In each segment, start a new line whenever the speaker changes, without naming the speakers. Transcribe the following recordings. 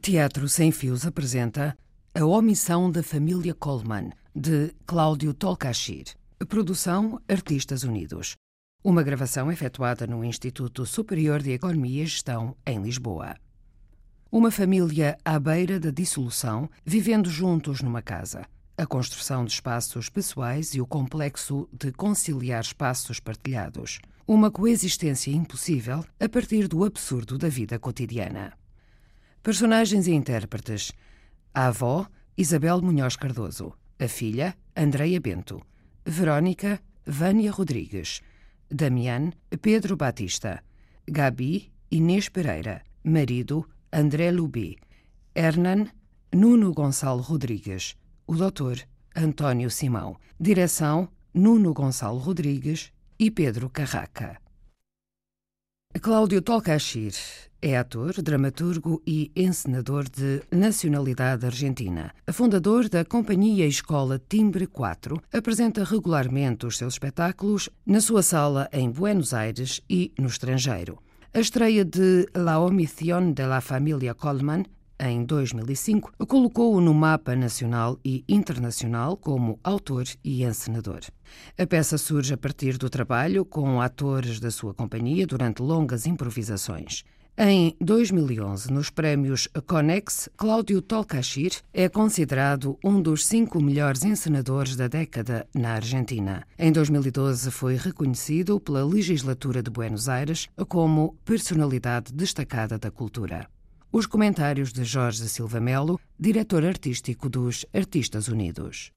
Teatro Sem Fios apresenta A Omissão da Família Coleman, de Cláudio Tolcachir. Produção Artistas Unidos. Uma gravação efetuada no Instituto Superior de Economia e Gestão, em Lisboa. Uma família à beira da dissolução, vivendo juntos numa casa. A construção de espaços pessoais e o complexo de conciliar espaços partilhados. Uma coexistência impossível a partir do absurdo da vida cotidiana. Personagens e intérpretes: a avó, Isabel Munhoz Cardoso, a filha, Andreia Bento, Verónica, Vânia Rodrigues, Damian, Pedro Batista, Gabi, Inês Pereira, marido, André Lubi, Hernan, Nuno Gonçalo Rodrigues, o doutor, António Simão, direção, Nuno Gonçalo Rodrigues e Pedro Carraca. Cláudio Tolcachir é ator, dramaturgo e encenador de nacionalidade argentina. Fundador da Companhia Escola Timbre 4, apresenta regularmente os seus espetáculos na sua sala em Buenos Aires e no estrangeiro. A estreia de La Omisión de la Familia Coleman, em 2005, colocou-o no mapa nacional e internacional como autor e encenador. A peça surge a partir do trabalho com atores da sua companhia durante longas improvisações. Em 2011, nos prémios Conex, Cláudio Tolcachir é considerado um dos cinco melhores encenadores da década na Argentina. Em 2012, foi reconhecido pela Legislatura de Buenos Aires como personalidade destacada da cultura. Os comentários de Jorge Silva Melo, diretor artístico dos Artistas Unidos.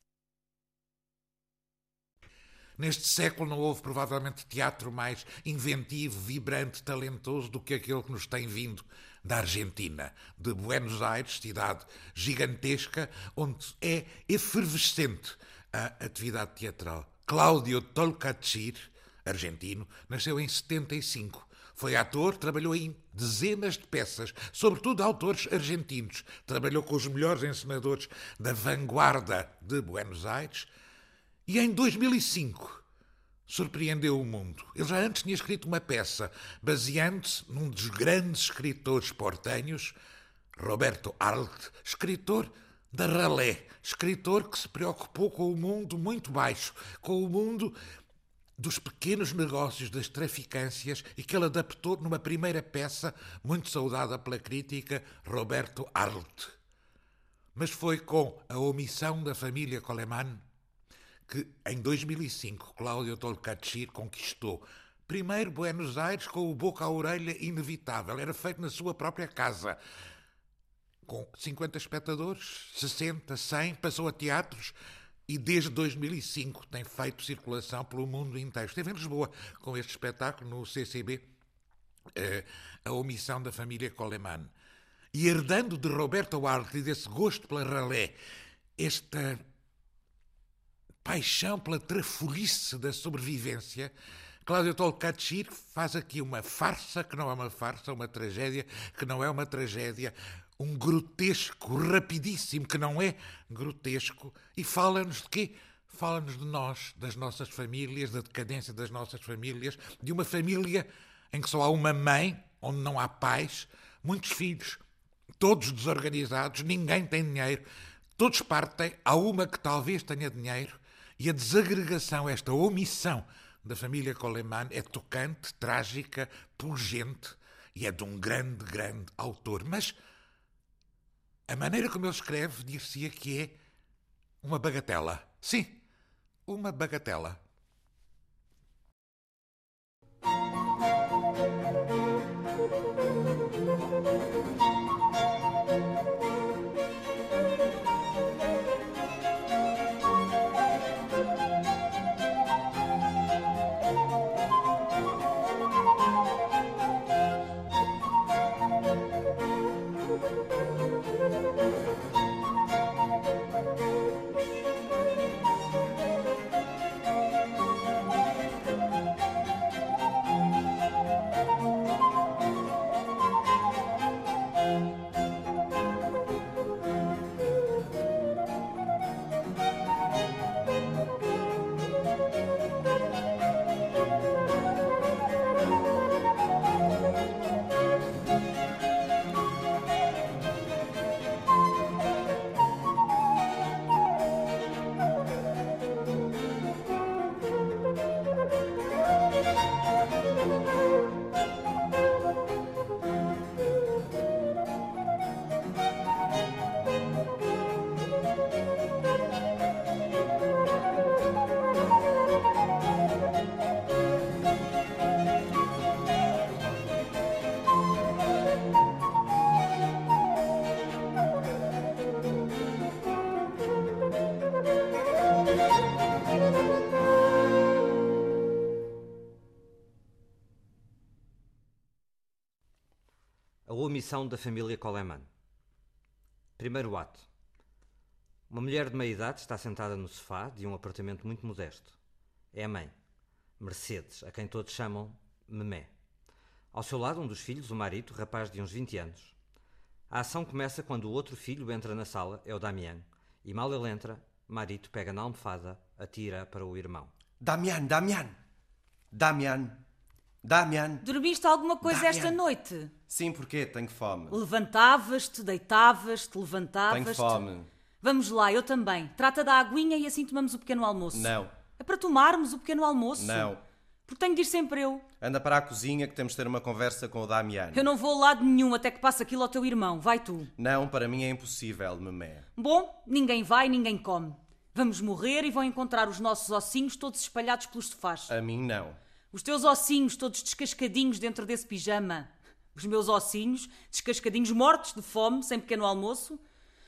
Neste século não houve provavelmente teatro mais inventivo, vibrante, talentoso do que aquele que nos tem vindo da Argentina, de Buenos Aires, cidade gigantesca, onde é efervescente a atividade teatral. Cláudio Tolcachir, argentino, nasceu em 75 foi ator, trabalhou em dezenas de peças, sobretudo autores argentinos. Trabalhou com os melhores encenadores da vanguarda de Buenos Aires. E em 2005 surpreendeu o mundo. Ele já antes tinha escrito uma peça, baseando-se num dos grandes escritores portenhos, Roberto Arlt, escritor da ralé, escritor que se preocupou com o mundo muito baixo, com o mundo dos pequenos negócios das traficâncias e que ele adaptou numa primeira peça muito saudada pela crítica Roberto Arlt. Mas foi com a omissão da família Coleman que, em 2005, Cláudio Tolcachir conquistou primeiro Buenos Aires com o boca à orelha inevitável. Era feito na sua própria casa. Com 50 espectadores, 60, 100, passou a teatros e desde 2005 tem feito circulação pelo mundo inteiro. Esteve em Lisboa com este espetáculo no CCB, eh, A Omissão da Família Coleman. E herdando de Roberto Arlt e desse gosto pela ralé, esta paixão pela trafolhice da sobrevivência, Cláudio Tolcachir faz aqui uma farsa que não é uma farsa, uma tragédia que não é uma tragédia, um grotesco rapidíssimo que não é grotesco e fala-nos de quê? Fala-nos de nós, das nossas famílias, da decadência das nossas famílias, de uma família em que só há uma mãe, onde não há pais, muitos filhos, todos desorganizados, ninguém tem dinheiro, todos partem, há uma que talvez tenha dinheiro, e a desagregação, esta omissão da família Coleman é tocante, trágica, pungente e é de um grande, grande autor. Mas a maneira como ele escreve dir-se-ia que é uma bagatela. Sim, uma bagatela.
omissão da família Coleman. Primeiro ato. Uma mulher de meia-idade está sentada no sofá de um apartamento muito modesto. É a mãe, Mercedes, a quem todos chamam Memé. Ao seu lado, um dos filhos, o marido, rapaz de uns 20 anos. A ação começa quando o outro filho entra na sala, é o Damián, e mal ele entra, Marito pega na almofada, atira para o irmão.
Damian, Damian! Damian! Damian!
Dormiste alguma coisa
Damian.
esta noite?
Sim, porque tenho fome.
Levantavas-te, deitavas-te, levantavas-te.
Tenho fome.
Vamos lá, eu também. Trata da aguinha e assim tomamos o pequeno almoço.
Não.
É para tomarmos o pequeno almoço.
Não.
Porque tenho de ir sempre eu.
Anda para a cozinha que temos de ter uma conversa com o Damian.
Eu não vou a lado nenhum até que passe aquilo ao teu irmão. Vai tu.
Não, para mim é impossível, memé.
Bom, ninguém vai, ninguém come. Vamos morrer e vão encontrar os nossos ossinhos todos espalhados pelos sofás.
A mim não.
Os teus ossinhos todos descascadinhos dentro desse pijama. Os meus ossinhos, descascadinhos, mortos de fome, sem pequeno almoço.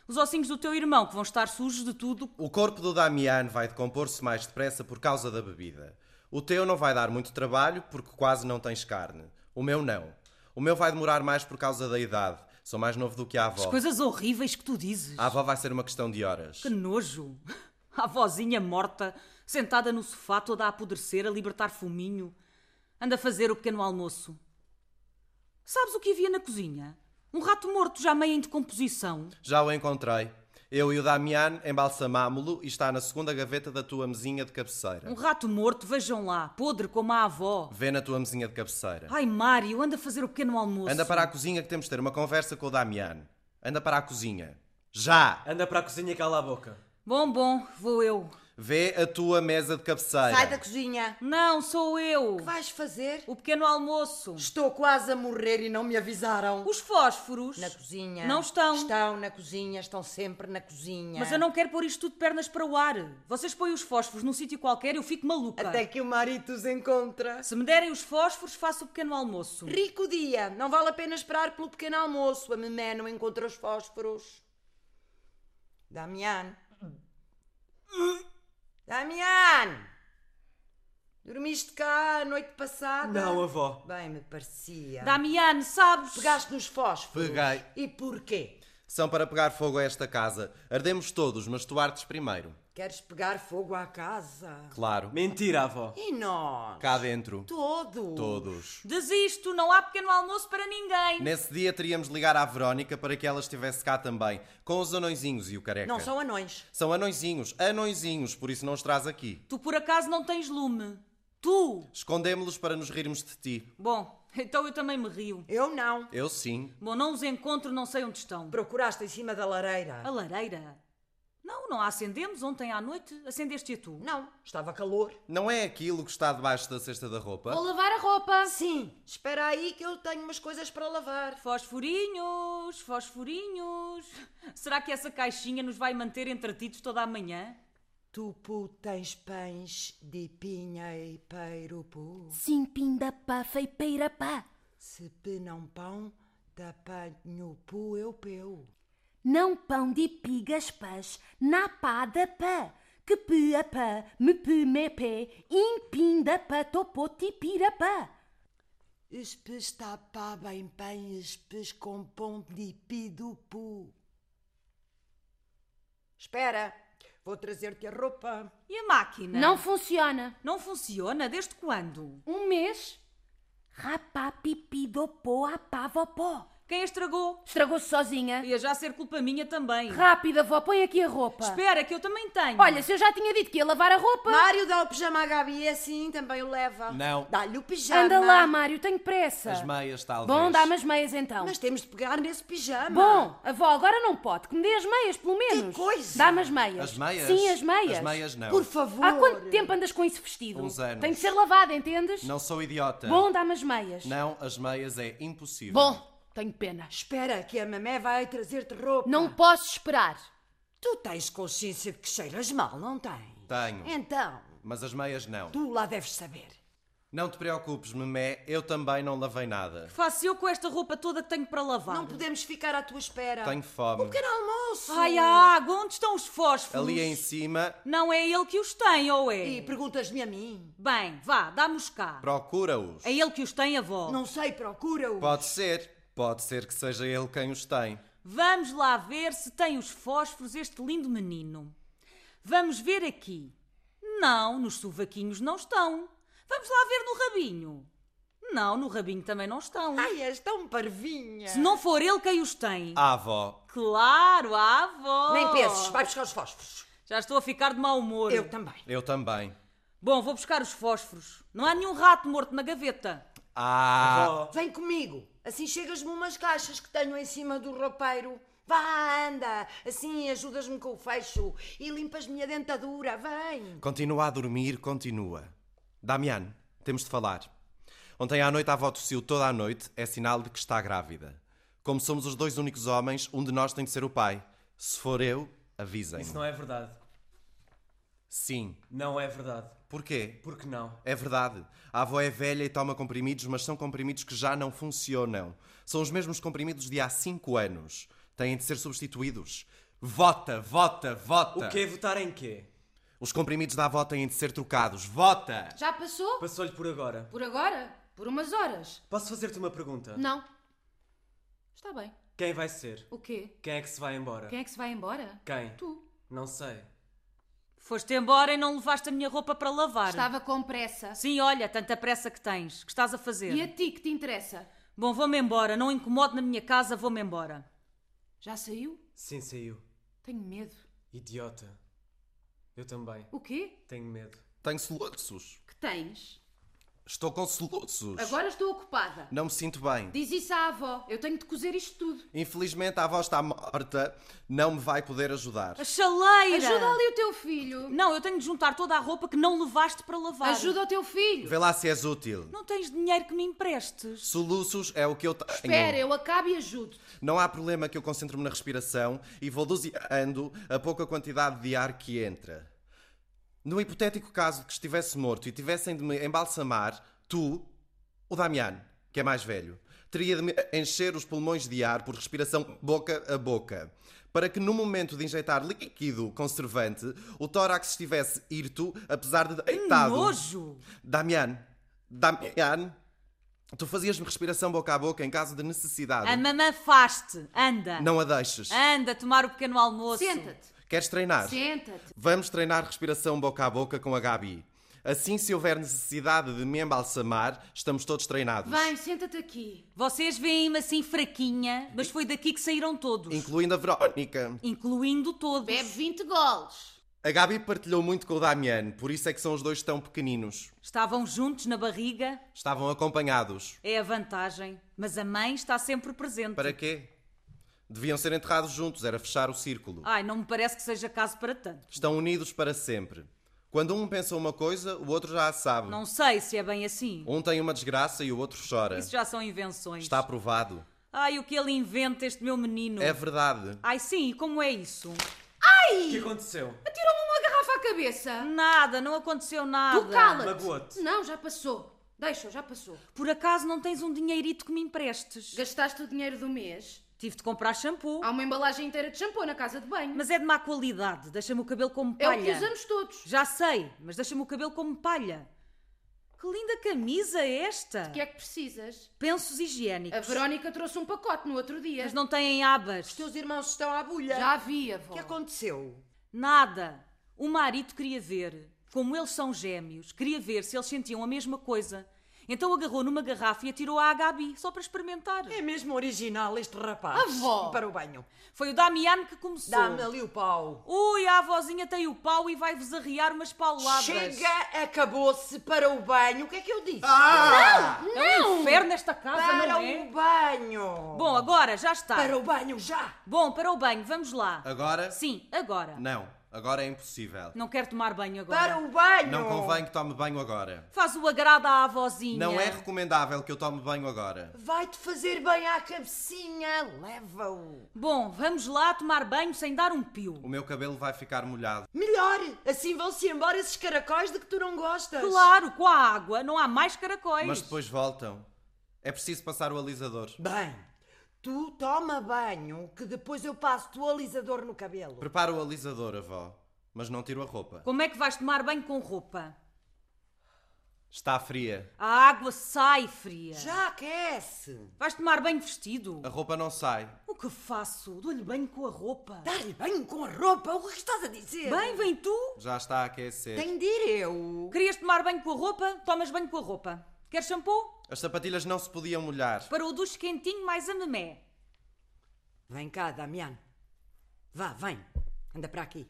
Os ossinhos do teu irmão, que vão estar sujos de tudo.
O corpo do Damian vai decompor-se mais depressa por causa da bebida. O teu não vai dar muito trabalho porque quase não tens carne. O meu não. O meu vai demorar mais por causa da idade. Sou mais novo do que a
As
avó.
coisas horríveis que tu dizes.
A avó vai ser uma questão de horas.
Que nojo! A vozinha morta, sentada no sofá, toda a apodrecer, a libertar fuminho. Anda a fazer o pequeno almoço. Sabes o que havia na cozinha? Um rato morto já meio em decomposição.
Já o encontrei. Eu e o Damian embalsamámo-lo e está na segunda gaveta da tua mesinha de cabeceira.
Um rato morto, vejam lá, podre como a avó.
Vê na tua mesinha de cabeceira.
Ai, Mário, anda a fazer o pequeno almoço.
Anda para a cozinha que temos de ter uma conversa com o Damian. Anda para a cozinha. Já!
Anda para a cozinha e cala a boca.
Bom, bom, vou eu.
Vê a tua mesa de cabeceira.
Sai da cozinha.
Não, sou eu.
O que vais fazer?
O pequeno almoço.
Estou quase a morrer e não me avisaram.
Os fósforos.
Na cozinha.
Não estão.
Estão na cozinha, estão sempre na cozinha.
Mas eu não quero pôr isto tudo de pernas para o ar. Vocês põem os fósforos num sítio qualquer e eu fico maluca.
Até que o marido os encontra.
Se me derem os fósforos, faço o pequeno almoço.
Rico dia. Não vale a pena esperar pelo pequeno almoço. A memé não encontra os fósforos. Damian. Damian! Dormiste cá a noite passada?
Não, avó.
Bem, me parecia.
Damiane, sabes?
Pegaste nos fósforos?
Peguei.
E porquê?
São para pegar fogo a esta casa. Ardemos todos, mas tu ardes primeiro.
Queres pegar fogo à casa?
Claro.
Mentira, avó.
E nós?
Cá dentro.
Todo.
Todos.
Desisto, não há pequeno almoço para ninguém.
Nesse dia teríamos de ligar à Verónica para que ela estivesse cá também, com os anõezinhos e o careca.
Não são anões.
São anõezinhos, anõezinhos, por isso não os traz aqui.
Tu por acaso não tens lume. Tu!
Escondemos-los para nos rirmos de ti.
Bom, então eu também me rio.
Eu não.
Eu sim.
Bom, não os encontro, não sei onde estão.
Procuraste em cima da lareira.
A lareira. Não, não a acendemos ontem à noite. Acendeste-a tu.
Não, estava calor.
Não é aquilo que está debaixo da cesta da roupa?
Vou lavar a roupa.
Sim. Espera aí que eu tenho umas coisas para lavar.
Fosforinhos, fosforinhos. Será que essa caixinha nos vai manter entretidos toda a manhã?
Tu pu tens pães de pinha e peirupu.
Sim, pimba, pá, feira pá.
Se pe não pão, da panho pu eu peu.
Não pão de pigas pás, na pá da pá. Que pe a pá, me pe me pé, impinda pá, topoti pira pá.
Espe está pá bem bem, espes com pão de pidupu. Espera, vou trazer-te a roupa.
E a máquina?
Não funciona.
Não funciona? Desde quando?
Um mês? Rapá, pipi, do pó, apava, pó.
Quem a estragou?
Estragou-se sozinha.
Ia já ser culpa minha também.
Rápida, vó, põe aqui a roupa.
Espera, que eu também tenho.
Olha, se eu já tinha dito que ia lavar a roupa.
Mário dá o pijama à Gabi e assim também o leva.
Não.
Dá-lhe o pijama.
Anda lá, Mário, tenho pressa.
As meias, talvez.
Bom, dá-me as meias então.
Mas temos de pegar nesse pijama.
Bom, avó agora não pode, que me dê as meias, pelo menos.
coisa!
Dá-me as meias.
As meias?
Sim, as meias.
As meias não.
Por favor.
Há quanto tempo andas com esse vestido?
Uns anos.
Tem de ser lavado, entendes?
Não sou idiota.
Bom, dá-me as meias.
Não, as meias é impossível.
Bom, tenho pena.
Espera, que a mamé vai trazer-te roupa.
Não posso esperar.
Tu tens consciência de que cheiras mal, não tens?
Tenho.
Então,
Mas as meias não.
tu lá deves saber.
Não te preocupes, Memé, eu também não lavei nada.
Faço eu com esta roupa toda que tenho para lavar.
Não podemos ficar à tua espera.
Tenho fome.
é
Um pequeno almoço.
Ai, a água, onde estão os fósforos?
Ali em cima,
Não é ele que os tem, ou é?
E perguntas-me a mim.
Bem, vá, dá-me os cá.
procura-os.
É ele que os tem, avó.
Não sei, procura-o.
Pode ser. Pode ser que seja ele quem os tem.
Vamos lá ver se tem os fósforos este lindo menino. Vamos ver aqui. Não, nos sovaquinhos não estão. Vamos lá ver no rabinho. Não, no rabinho também não estão.
Ai, és tão parvinha.
Se não for ele quem os tem.
Ah, avó,
Claro, a avó.
Nem penses, vai buscar os fósforos.
Já estou a ficar de mau humor.
Eu também.
eu também.
Bom, vou buscar os fósforos. Não há nenhum rato morto na gaveta.
Ah,
Avó,
Vem comigo. Assim chegas-me umas caixas que tenho em cima do roupeiro. Vá, anda. Assim ajudas-me com o fecho e limpas-me a dentadura. Vem.
Continua a dormir, continua. Damiano, temos de falar. Ontem à noite a avó tossiu toda a noite, é sinal de que está grávida. Como somos os dois únicos homens, um de nós tem de ser o pai. Se for eu, avisem.
isso não é verdade.
Sim.
Não é verdade.
Porquê?
Porque não?
É verdade. A avó é velha e toma comprimidos, mas são comprimidos que já não funcionam. São os mesmos comprimidos de há 5 anos. Têm de ser substituídos. Vota, vota, vota.
O quê? Votar em quê?
Os comprimidos da avó têm de ser trocados. Vota!
Já passou?
Passou-lhe por agora.
Por agora? Por umas horas?
Posso fazer-te uma pergunta?
Não. Está bem.
Quem vai ser?
O quê?
Quem é que se vai embora?
Quem é que se vai embora?
Quem?
Tu.
Não sei.
Foste embora e não levaste a minha roupa para lavar.
Estava com pressa.
Sim, olha, tanta pressa que tens. Que estás a fazer?
E a ti que te interessa?
Bom, vou-me embora. Não incomodo na minha casa, vou-me embora.
Já saiu?
Sim, saiu.
Tenho medo.
Idiota. Eu também.
O quê?
Tenho medo.
Tenho soluços.
Que tens?
Estou com soluços.
Agora estou ocupada.
Não me sinto bem.
Diz isso à avó. Eu tenho de cozer isto tudo.
Infelizmente a avó está morta, não me vai poder ajudar.
A chaleira!
Ajuda ali o teu filho.
Não, eu tenho de juntar toda a roupa que não levaste para lavar.
Ajuda o teu filho.
Vê lá se és útil.
Não tens dinheiro que me emprestes?
Soluços é o que eu tenho.
Espera, eu acabo e ajudo.
Não há problema que eu concentro-me na respiração e vou doseando a pouca quantidade de ar que entra. No hipotético caso de que estivesse morto e tivessem de me embalsamar, tu, o Damiano, que é mais velho, teria de me encher os pulmões de ar por respiração boca a boca, para que no momento de injetar líquido conservante, o tórax estivesse irto, apesar de deitado.
Nojo!
Damiano, Damiano, tu fazias-me respiração boca a boca em caso de necessidade.
A mamã faz-te. Anda.
Não a deixes.
Anda, tomar o pequeno almoço.
Senta-te.
Queres treinar?
Senta-te.
Vamos treinar respiração boca a boca com a Gabi. Assim, se houver necessidade de me embalsamar, estamos todos treinados.
Vem, senta-te aqui.
Vocês veem-me assim fraquinha, mas foi daqui que saíram todos.
Incluindo a Verónica.
Incluindo todos.
Bebe 20 goles.
A Gabi partilhou muito com o Damiano, por isso é que são os dois tão pequeninos.
Estavam juntos na barriga,
Estavam acompanhados.
é a vantagem. Mas a mãe está sempre presente.
Para quê? Deviam ser enterrados juntos, era fechar o círculo.
Ai, não me parece que seja caso para tanto.
Estão unidos para sempre. Quando um pensa uma coisa, o outro já a sabe.
Não sei se é bem assim.
Um tem uma desgraça e o outro chora.
Isso já são invenções.
Está aprovado.
Ai, o que ele inventa, este meu menino.
É verdade.
Ai, sim, e como é isso?
O que aconteceu?
Atirou-me uma garrafa à cabeça.
Nada, não aconteceu nada.
Tu cala-te.
Magoou-te.
Não, já passou. Deixa, já passou.
Por acaso não tens um dinheirito que me emprestes?
Gastaste o dinheiro do mês.
Tive de comprar shampoo,
Há uma embalagem inteira de shampoo na casa de banho.
mas é de má qualidade. Deixa-me o cabelo como
é
palha.
o que usamos todos.
Já sei, mas deixa-me o cabelo como palha. Que linda camisa é esta!
O que é que precisas?
Pensos higiênicos.
A Verónica trouxe um pacote no outro dia.
Mas não têm abas.
Os teus irmãos estão à bulha.
Já havia,
O
vó.
que aconteceu?
Nada. O marido queria ver, como eles são gêmeos, queria ver se eles sentiam a mesma coisa. Então agarrou numa garrafa e atirou-a à Gabi, só para experimentar.
É mesmo original este rapaz.
Avó!
Ah, Para o banho.
Foi o Damiano que começou.
Dá-me ali o pau.
Ui, a avózinha tem o pau e vai-vos arrear umas pauladas.
Chega, acabou-se para o banho. O que é que eu disse? Ah!
É um inferno esta casa,
para
não é?
o banho.
Bom, agora já está.
Para o banho, já.
Bom, para o banho, vamos lá.
Agora?
Sim, agora.
Não, agora é impossível.
Não quero tomar banho agora.
Para o banho.
Não convém que tome banho agora.
Faz o agrado à avózinha.
Não é recomendável que eu tome banho agora.
Vai-te fazer bem à cabecinha. Leva-o.
Bom, vamos lá tomar banho sem dar um
O
pio.
meu cabelo vai ficar molhado.
Melhor. Assim vão-se embora esses caracóis de que tu não gostas.
Claro, com a água não há mais caracóis.
Mas depois voltam. É preciso passar o alisador.
Bem, tu toma banho que depois eu passo-te o alisador no cabelo.
Prepara o alisador, avó. Mas não tiro a roupa.
Como é que vais tomar banho com roupa?
Está fria.
A água sai fria.
Já aquece.
Vais tomar banho vestido?
A roupa não sai.
O que faço? Dou-lhe banho com a roupa.
Dá-lhe banho com a roupa? O que estás a dizer?
Bem, vem tu.
Já está a aquecer.
Tenho de ir eu.
Querias tomar banho com a roupa? Tomas banho com a roupa. Queres shampoo?
As sapatilhas não se podiam molhar.
Para o duche quentinho mais a memé.
Vem cá, Damiano. Vá, vem. Anda para aqui.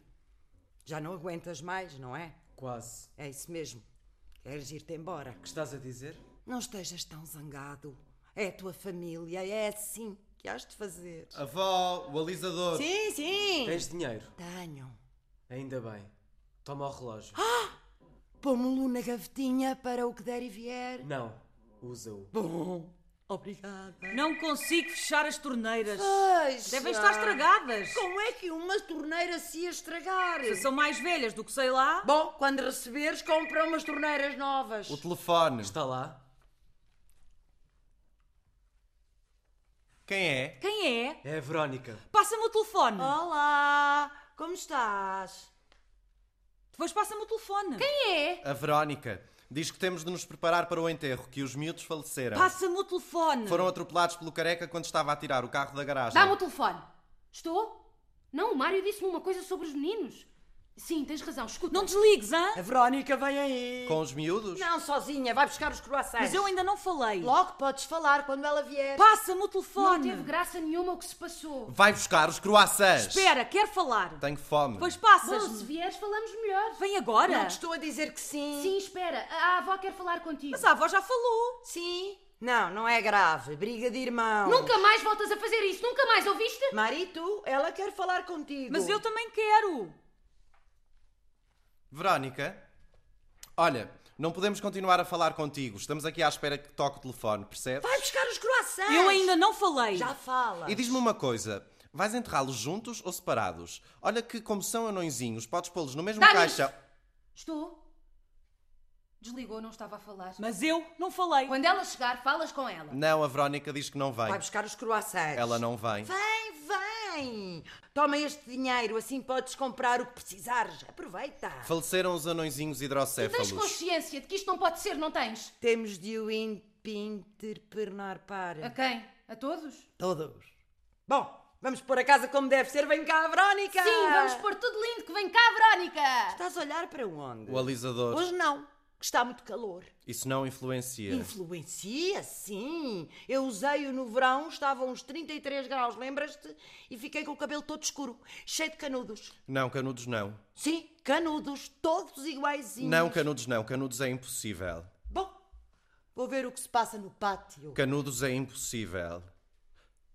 Já não aguentas mais, não é?
Quase.
É isso mesmo. Queres ir-te embora?
O que estás a dizer?
Não estejas tão zangado. É a tua família, é assim que has de fazer.
Avó, o alisador.
Sim, sim.
Tens dinheiro?
Tenho.
Ainda bem. Toma o relógio.
Ah!
Pô-me-lo na gavetinha para o que der e vier.
Não. Usa-o.
Bom, obrigada.
Não consigo fechar as torneiras.
Pois.
Devem estar estragadas.
Como é que uma torneira se ia estragar?
Se São mais velhas do que sei lá.
Bom, quando receberes, compra umas torneiras novas.
O telefone.
Está lá?
Quem é?
Quem é?
É a Verónica.
Passa-me o telefone.
Olá, como estás?
Depois passa-me o telefone.
Quem é?
A Verónica. Diz que temos de nos preparar para o enterro, que os miúdos faleceram.
Passa-me o telefone.
Foram atropelados pelo careca quando estava a tirar o carro da garagem.
Dá-me o telefone. Estou? Não, o Mário disse-me uma coisa sobre os meninos. Sim, tens razão, escuta.
Não desligues, hã?
A Verónica vem aí.
Com os miúdos?
Não, sozinha, vai buscar os croissants.
Mas eu ainda não falei.
Logo podes falar quando ela
é-
vier.
Passa-me o
Não
telefone.
teve graça nenhuma o que se passou.
Vai buscar os croissants.
Espera, quero falar.
Tenho fome.
Depois
Bom, se
passas.
vieres, falamos melhor.
Vem agora.
Não te estou a dizer que sim.
Sim, espera, a a avó quer falar contigo.
Mas a avó já falou.
Sim. Não, não é grave. Briga de irmão.
Nunca mais voltas a fazer isso, nunca mais, ouviste?
Marito, ela quer falar contigo.
Mas eu também quero.
Verónica? Olha, não podemos continuar a falar contigo. Estamos aqui à espera que toque o telefone, percebes?
Vai buscar os croissants.
Eu ainda não falei.
Já fala.
E diz-me uma coisa. Vais enterrá-los juntos ou separados? Olha que, como são anõezinhos, podes pô-los no mesmo
Dá-me
caixa.
Estou. Desligou, não estava a falar.
Mas eu não falei.
Quando ela chegar, falas com ela.
Não, a Verónica diz que não vem.
Vai buscar os croissants.
Ela não vem.
Vem, vem. Toma este dinheiro, assim podes comprar o que precisares. Aproveita.
Faleceram os anõezinhos
Tu tens
hidrocéfalos.
consciência de que isto não pode ser, não tens?
Temos de o interpernar para.
A quem? A todos?
Todos. Bom, vamos pôr a casa como deve ser. Vem cá, Verónica.
Sim, vamos pôr tudo lindo que vem cá, Verónica!
Estás a olhar para onde?
O alisador.
Hoje não, que está muito calor.
Isso não influencia.
Influencia, sim. Eu usei-o no verão, estavam uns 33 graus, lembras-te? E fiquei com o cabelo todo escuro, cheio de canudos.
Não, canudos não.
Sim, canudos, todos iguaizinhos.
Não, canudos não. Canudos é impossível.
Bom, vou ver o que se passa no pátio.
Canudos é impossível.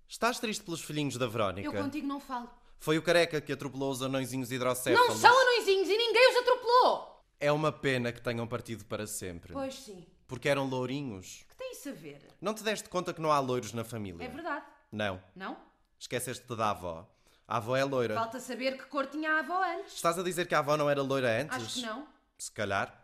Estás triste pelos filhinhos da Verónica?
Eu contigo não falo.
Foi o careca que atropelou os anõezinhos hidrocéfalos.
Não são anõezinhos e ninguém os atropelou!
É uma pena que tenham partido para sempre.
Pois sim.
Porque eram lourinhos.
Que tem isso a ver?
Não te deste conta que não há loiros na família?
É verdade,
Não.
não?
Esqueceste da avó. A avó é loira.
Falta saber que cor tinha a avó antes.
Estás a dizer que a avó não era loira antes?
Acho que não.
Se calhar.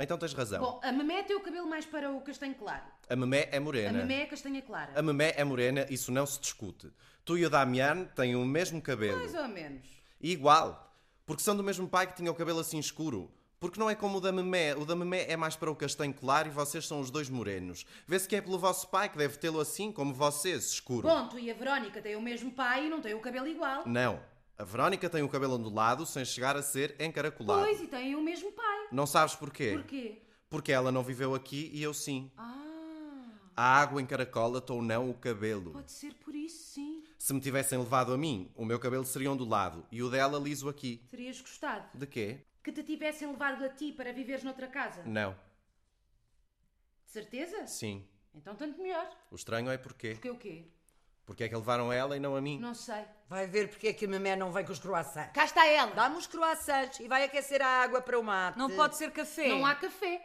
Então tens razão.
Bom, a mamé tem o cabelo mais para o castanho claro.
a memé é
A
morena.
mamé é castanha clara.
A memé é morena, isso não se discute. Tu e o Damian têm o mesmo é cabelo.
Mais ou menos.
Igual. Porque são do mesmo pai que tinha o cabelo assim escuro. Porque não é como o da Memé. O da Memé é mais para o castanho claro e vocês são os dois morenos. Vê-se que é pelo vosso pai que deve tê-lo assim, como vocês, escuro.
Bom, tu e a Verónica têm o mesmo pai e não têm o cabelo igual.
Não. A Verónica tem o cabelo ondulado sem chegar a ser encaracolado.
Pois, e têm o mesmo pai.
Não sabes porquê?
Porquê?
Porque ela não viveu aqui e eu sim.
Ah,
A água encaracola ou não o cabelo.
pode ser por isso, sim.
Se me tivessem levado a mim, o meu cabelo seria ondulado e o dela liso aqui.
Terias gostado
De quê?
que te tivessem levado a ti para viveres noutra casa?
Não.
De certeza?
Sim.
Então tanto melhor.
O estranho é porquê.
Porque o quê?
Porque é que levaram ela e não a mim?
Não sei.
Vai ver porque é que a mamé não vem com os croissants.
Cá está ela.
Dá-me os croissants e vai aquecer a água para o mate.
Não pode ser café.
Não há café.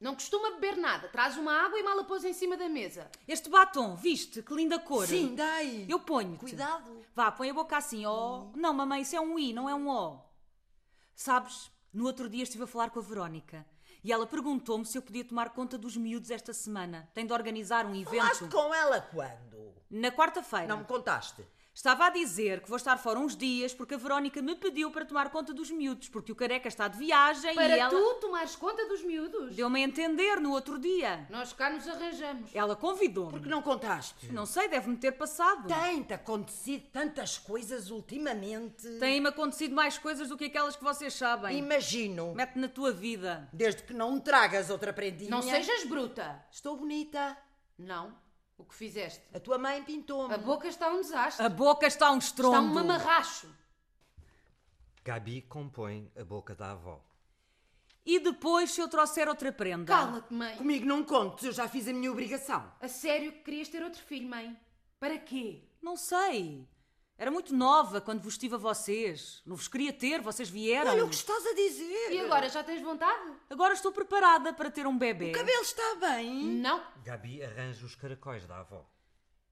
Não costuma beber nada. Traz uma água e mal a pôs em cima da mesa.
Este batom, viste? Que linda cor.
Sim, dai.
Eu ponho.
Cuidado.
Vá, põe a boca assim, ó. Não, mamãe, isso é um I, não é um O. Sabes, no outro dia estive a falar com a Verónica e ela perguntou-me se eu podia tomar conta dos miúdos esta semana. Tem de organizar um evento.
Falaste com ela quando?
Na quarta-feira.
Não me contaste.
Estava a dizer que vou estar fora uns dias porque a Verónica me pediu para tomar conta dos miúdos, porque o careca está de viagem
Para
e ela.
tu tomares conta dos miúdos.
Deu-me a entender no outro dia.
Nós cá nos arranjamos.
Ela convidou-me.
Porque não contaste?
Não sei, deve-me ter passado.
Tem-te acontecido tantas coisas ultimamente.
Têm-me acontecido mais coisas do que aquelas que vocês sabem.
Imagino.
Mete na tua vida.
Desde que não me tragas outra prendinha.
Não sejas bruta.
Estou bonita.
Não. O que fizeste?
A tua mãe pintou-me.
A boca está um desastre.
A boca está um estrondo.
Está um mamarracho.
Gabi compõe a boca da avó.
E depois, se eu trouxer outra prenda?
Cala-te, mãe.
Comigo não contes, eu já fiz a minha obrigação.
A sério que querias ter outro filho, mãe? Para quê?
Não sei. Era muito nova quando vos tive a vocês. Não vos queria ter, vocês vieram.
Olha o que estás a dizer.
E agora já tens vontade?
Agora estou preparada para ter um bebê.
O cabelo está bem.
Não.
Gabi arranja os caracóis da avó.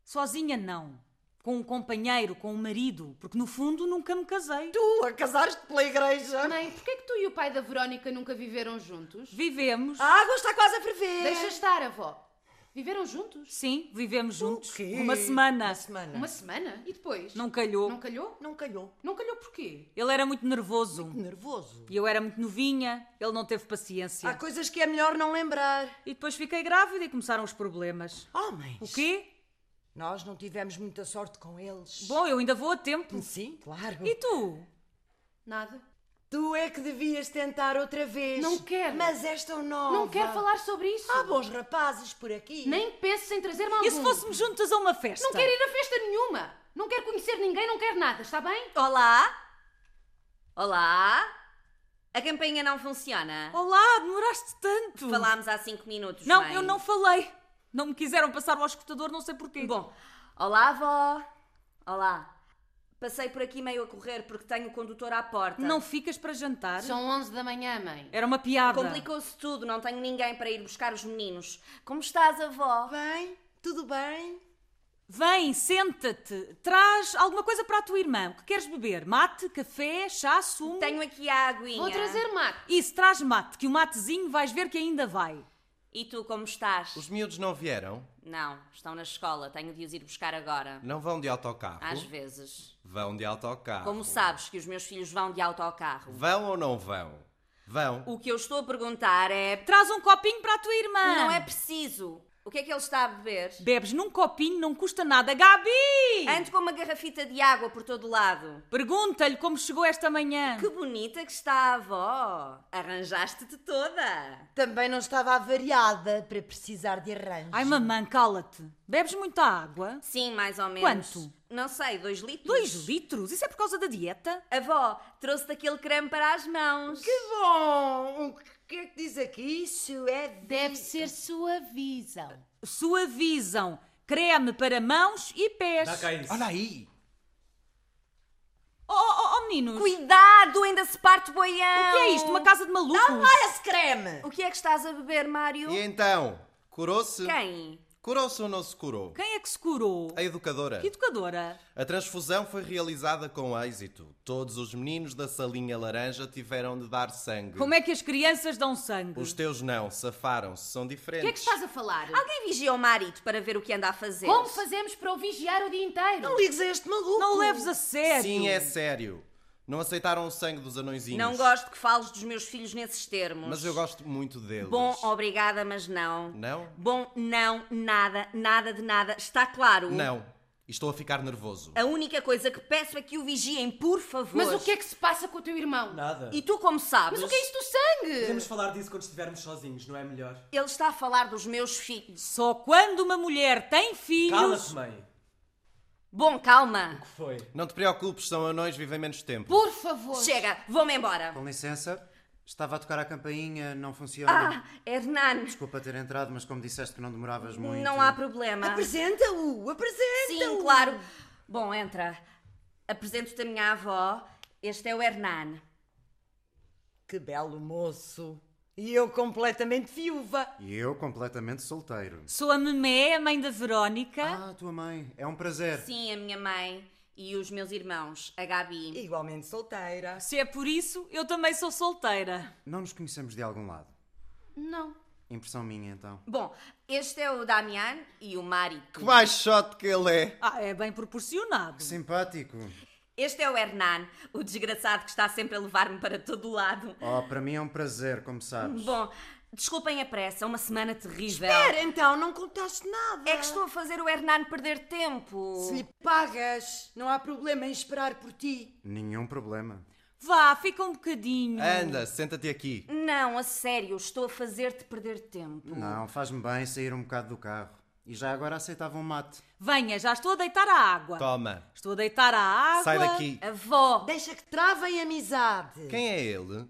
Sozinha, não. Com um companheiro, com um marido. Porque no fundo nunca me casei.
Tu a casares-te pela igreja.
Mãe, porquê que tu e o pai da Verónica nunca viveram juntos?
Vivemos.
A água está quase a ferver.
Deixa estar, avó. Viveram juntos?
Sim, vivemos juntos.
quê?
Uma semana.
Uma semana.
Uma semana? E depois?
Não calhou.
Não calhou?
É. Não calhou.
Não calhou porquê?
Ele era muito nervoso.
Nervoso.
E eu era muito novinha. Ele não teve paciência.
Há coisas que é melhor não lembrar.
E depois fiquei grávida e começaram os problemas.
Homens.
O quê?
Nós não tivemos muita sorte com eles.
Bom, eu ainda vou a tempo.
Sim, claro.
E tu?
Nada.
tu é que devias tentar outra vez.
Não quero.
Mas esta ou nova.
Não quero falar sobre isso.
Oh, Há bons rapazes por aqui.
Nem penses em trazer-me algum.
E se fôssemos juntas a uma festa?
Não quero ir a festa nenhuma. Não quero conhecer ninguém, não quero nada, está bem?
Olá? Olá? A campainha não funciona?
Olá, demoraste tanto.
Falámos há cinco minutos,
Não,
mãe.
eu não falei. Não me quiseram passar ao escutador, não sei porquê.
Bom, olá, avó. Olá. Passei por aqui meio a correr porque tenho o condutor à porta.
não ficas para jantar?
São 11 da manhã, mãe.
Era uma piada.
Complicou-se tudo, não tenho ninguém para ir buscar os meninos. Como estás, avó?
Bem, tudo bem?
Vem, senta-te. Traz alguma coisa para a tua irmã. O que queres beber? Mate, café, chá, sumo?
Tenho aqui a aguinha.
Vou trazer mate.
Isso, traz mate, que o matezinho vais ver que ainda vai.
E tu, como estás?
Os miúdos não vieram?
Não, estão na escola. Tenho de os ir buscar agora.
Não vão de autocarro?
Às vezes.
Vão de autocarro.
Como sabes que os meus filhos vão de autocarro?
Vão ou não vão? Vão.
O que eu estou a perguntar é.
Traz um copinho para a tua irmã.
Não é preciso. O que é que ele está a beber?
Bebes num copinho, não custa nada. Gabi!
Ando com uma garrafita de água por todo lado.
Pergunta-lhe como chegou esta manhã.
Que bonita que está a avó. Arranjaste-te toda.
Também não estava avariada para precisar de arranjo.
Ai, mamãe, cala-te. Bebes muita água?
Sim, mais ou menos.
Quanto?
Não sei, dois litros.
Dois litros? Isso é por causa da dieta?
Avó, trouxe daquele creme para as mãos.
Que bom!
Um,
O que é que diz aqui? Isso é.
Deve ser suavizam.
Suavizam. Creme para mãos e pés.
Dá cá isso.
Olha aí!
Oh, oh, oh, meninos.
Cuidado, ainda se parte o
O
boião.
que é isto? Uma casa de malucos?
Esse creme!
O que é que estás a beber, Mário?
E então? Curou-se?
Quem?
Curou-se ou não se curou?
Quem é que se curou?
A educadora.
Que educadora?
A transfusão foi realizada com êxito. Todos os meninos da salinha laranja tiveram de dar sangue.
Como é que as crianças dão sangue?
Os teus não, safaram-se, são
O
diferentes.
que é que estás a falar?
Alguém vigia o marido para ver o que anda a fazer.
Como fazemos para o vigiar o dia inteiro?
Não ligues a este maluco!
Não o leves a sério.
Sim, é sério. Não aceitaram o sangue dos anõezinhos.
Não gosto que fales dos meus filhos nesses termos.
Mas eu gosto muito deles.
Bom, obrigada, mas não.
Não?
Bom, não, nada, nada de nada. Está claro?
Não. Estou a ficar nervoso.
A única coisa que peço é que o vigiem, por favor.
Mas o que é que se passa com o teu irmão?
Nada.
E tu como sabes?
Mas o que é isso do sangue?
Podemos falar disso quando estivermos sozinhos, não é melhor?
Ele está a falar dos meus filhos.
Só quando uma mulher tem filhos.
Cala-te, mãe.
Bom, calma.
O que foi?
Não te preocupes, são anões, vivem menos tempo.
Por favor.
Chega, vou-me embora.
Com licença, estava a tocar a campainha, não
Ah,
funciona.
Hernan,
Desculpa ter entrado, mas como disseste que não demoravas muito.
não há problema.
Apresenta-o! Apresenta-o!
Sim, claro. Bom, entra. Apresento-te a minha avó. Este é o Hernan.
Que belo moço! E eu completamente viúva!
E eu completamente solteiro.
Sou a Memé, é a mãe da Verónica.
Ah, tua mãe, é um prazer.
Sim, a minha mãe e os meus irmãos, a Gabi.
Igualmente solteira.
Se é por isso, eu também sou solteira.
Não nos conhecemos de algum lado.
Não.
Impressão minha, então.
Bom, este é o Damian e o Mari.
Que baixote que ele é!
Ah, é bem proporcionado.
Simpático.
Este é o Hernan, o desgraçado que está sempre a levar-me para todo o lado.
Oh, para mim é um prazer, como sabes.
Bom, desculpem a pressa, é uma semana terrível.
Espera, então, não contaste nada.
É que estou a fazer o Hernan perder tempo.
Se lhe pagas, não há problema em esperar por ti.
Nenhum problema.
Vá, fica um bocadinho.
Anda, senta-te aqui.
Não, a sério, estou a fazer-te perder tempo.
Não, faz-me bem sair um bocado do carro. E já agora aceitava um mate.
Venha, já estou a deitar a água.
Toma.
Estou a deitar a água.
Sai daqui.
Avó.
Deixa que travem amizade.
Quem é ele?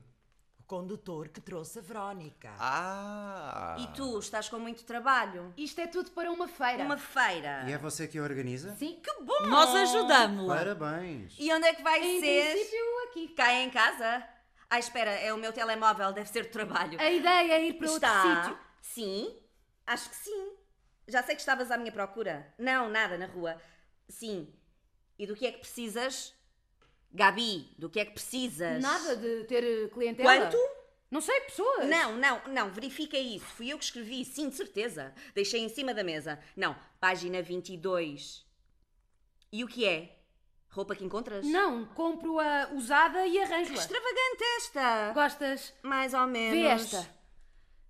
O condutor que trouxe a Verónica.
Ah!
E tu, estás com muito trabalho?
Isto é tudo para uma feira.
Uma feira.
E é você que a organiza?
Sim, que bom!
Nós ajudamos-la.
Parabéns.
E onde é que vai
Em
ser?
princípio, aqui.
Cá em casa? Ah, espera, é o meu telemóvel, deve ser de trabalho.
A ideia é ir para outro
Está?
sítio.
Sim, acho que sim. Já sei que estavas à minha procura. Não, nada, na rua. Sim. E do que é que precisas? Gabi, do que é que precisas?
Nada de ter eh, clientela.
Quanto?
Não sei, pessoas.
Não, não, não, verifica isso. Fui eu que escrevi, sim, de certeza. Deixei em cima da mesa. Não, página 22. E o que é? Roupa que encontras?
Não, compro-a usada e
Que
arranjo-a.
extravagante esta!
Gostas?
Mais ou menos.
Vê esta.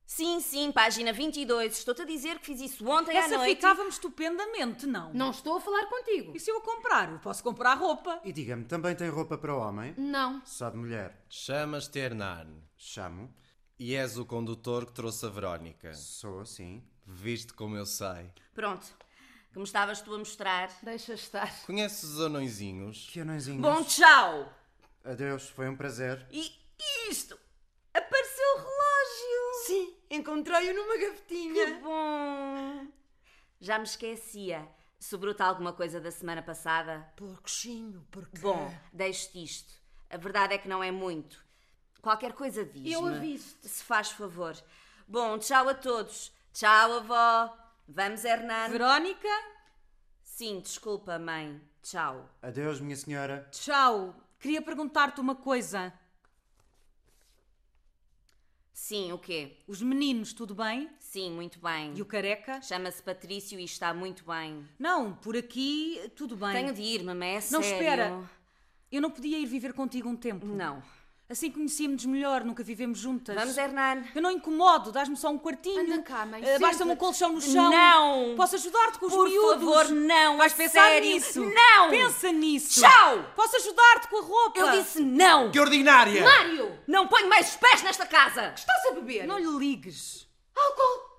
Sim, sim, página 22. Estou-te a dizer que fiz isso ontem à
Essa
noite.
ficava-me estupendamente, não.
Não estou a falar contigo.
E se eu a comprar? Eu posso comprar roupa.
E diga-me, também tem roupa para homem?
Não.
Só de mulher?
Chamas-te Hernan.
Chamo?
E és o condutor que trouxe a Verónica.
Sou, sim.
Viste como eu sei.
Pronto, como estavas tu a mostrar.
Deixa estar.
Conheces os anõezinhos?
Que anõezinhos.
Bom, tchau!
Adeus, foi um prazer.
E isto? Apareceu o relógio!
Sim, encontrei-o numa
Que
gavetinha.
bom! Já me esquecia. Sobrou-te alguma coisa da semana passada?
Porcoxinho, porque...
Bom, deixo-te isto. A verdade é que não é muito. Qualquer coisa diz-me.
Eu aviso-te.
Se faz favor. Bom, tchau a todos. Tchau, avó. Vamos, Hernando.
Verónica,
Sim, desculpa, mãe. Tchau.
Adeus, minha senhora.
tchau. Queria perguntar-te uma coisa.
Sim, o quê?
Os meninos, tudo bem?
Sim, muito bem.
E o careca?
Chama-se Patrício e está muito bem.
Não, por aqui tudo bem.
Tenho de ir, mamãe, é
Não,
sério.
espera. Eu não podia ir viver contigo um tempo.
Não.
Assim conhecíamos melhor, nunca vivemos juntas.
Vamos, Hernan.
Eu não incomodo, dás-me só um quartinho.
Anda cá, mãe,
Eh, Basta-me um
senta-te.
colchão no chão.
Não.
Posso ajudar-te com os
Por
miúdos?
favor, não,
Vais
a
pensar
sério,
nisso.
não.
Pensa nisso.
Tchau.
Posso ajudar-te com a roupa?
Eu disse não.
Que ordinária!
Mário!
Não ponho mais os pés nesta casa.
Estás a beber?
Não lhe ligues.
Álcool!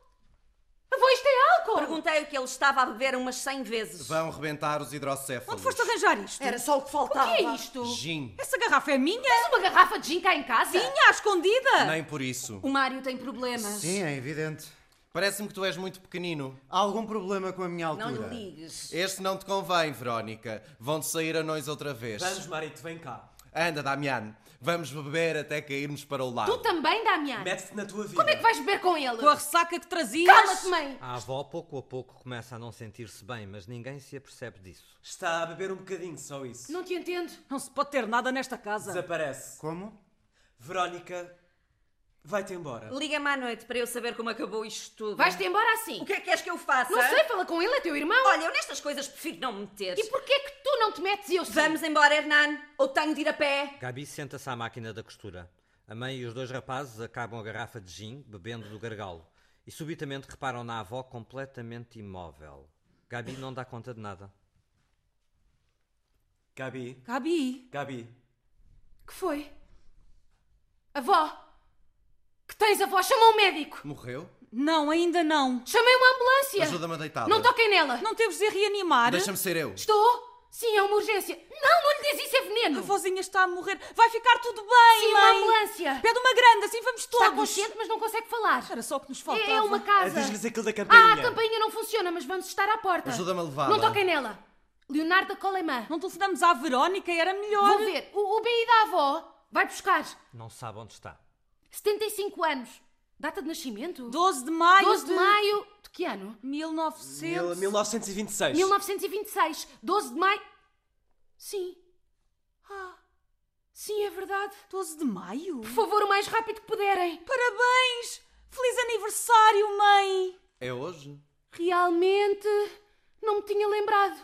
Avô, isto é álcool!
Perguntei o que ele estava a beber umas 100 vezes.
Vão rebentar os
Onde
hidrocéfalos.
foste arranjar isto?
Era só o que
O
faltava.
que é isto?
Gin.
Essa garrafa é minha?
Tens uma garrafa de gin cá em casa?
Minha, à escondida.
Nem por isso.
O Mário tem problemas.
Sim, é evidente.
Parece-me que tu és muito pequenino.
Há algum problema com a minha
Não
altura?
lhe ligues.
Este não te convém, Verónica. Vão-te sair anões outra vez.
Vamos, marido, vem cá.
Anda, Damiano. Vamos beber até cairmos para o lado.
Tu também, Damian?
Mete-te na tua vida.
Como é que vais beber com ele?
Com a ressaca que trazias.
Cala-te, mãe!
A avó, pouco a pouco, começa a não sentir-se bem, mas ninguém se apercebe disso.
Está a beber um bocadinho, só isso.
Não te entendo.
Não se pode ter nada nesta casa.
Desaparece.
Como?
Verónica, vai-te embora.
Liga-me à noite para eu saber como acabou isto tudo.
Vais-te embora assim.
O que é que queres que eu faça?
Não sei, fala com ele, é teu irmão.
Olha, eu nestas coisas prefiro não me meter.
E porquê que tu não te metes e eu sei?
Vamos embora, Hernan. Ou tenho de ir a pé.
Gabi senta-se à máquina da costura. A mãe e os dois rapazes acabam a garrafa de gin, bebendo do gargalo. E subitamente reparam na avó completamente imóvel. Gabi não dá conta de nada.
Gabi,
Gabi,
Gabi,
Que foi? Avó! Que tens, avó? Chama um médico!
Morreu?
não, ainda não.
Chamei uma ambulância!
Ajuda-me a deitá-la.
Não toquem nela!
Não temos de a reanimar.
Deixa-me ser eu.
Estou? Sim, é uma urgência! Não, não lhe diz isso, é veneno!
A vozinha está a morrer. Vai ficar tudo bem,
Sim, uma
mãe.
ambulância!
Pede uma grande, assim vamos todos.
Está tá consciente, mas não consegue falar!
Era só o que nos faltava.
É, é uma
ah,
casa!
diz-lhes aquilo da
Ah,
campainha.
a campainha não funciona, mas vamos estar à porta!
Ajuda-me a levá-la.
Não toquem nela! Leonardo Coleman!
Não telefonamos à Verónica, era melhor.
Vou ver! O, o BI da avó vai buscar!
Não sabe onde está.
75 anos! Data de nascimento?
12 de maio
12 de maio. De que ano?
1900.
Mil- 1926.
1926. 12 de maio. Sim. Ah. Sim, é verdade.
12 de maio?
Por favor, o mais rápido que puderem.
Parabéns! Feliz aniversário, mãe!
É hoje?
Realmente, não me tinha lembrado.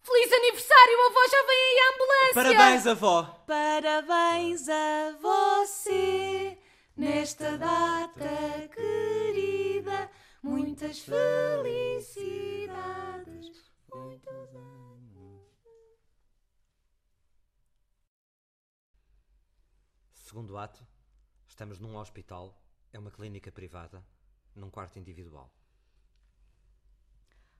Feliz aniversário, avó, já vem aí a ambulância!
Parabéns, avó!
Parabéns a você nesta data querida. Muitas felicidades, muitos anos.
Segundo ato, estamos num hospital, é uma clínica privada, num quarto individual.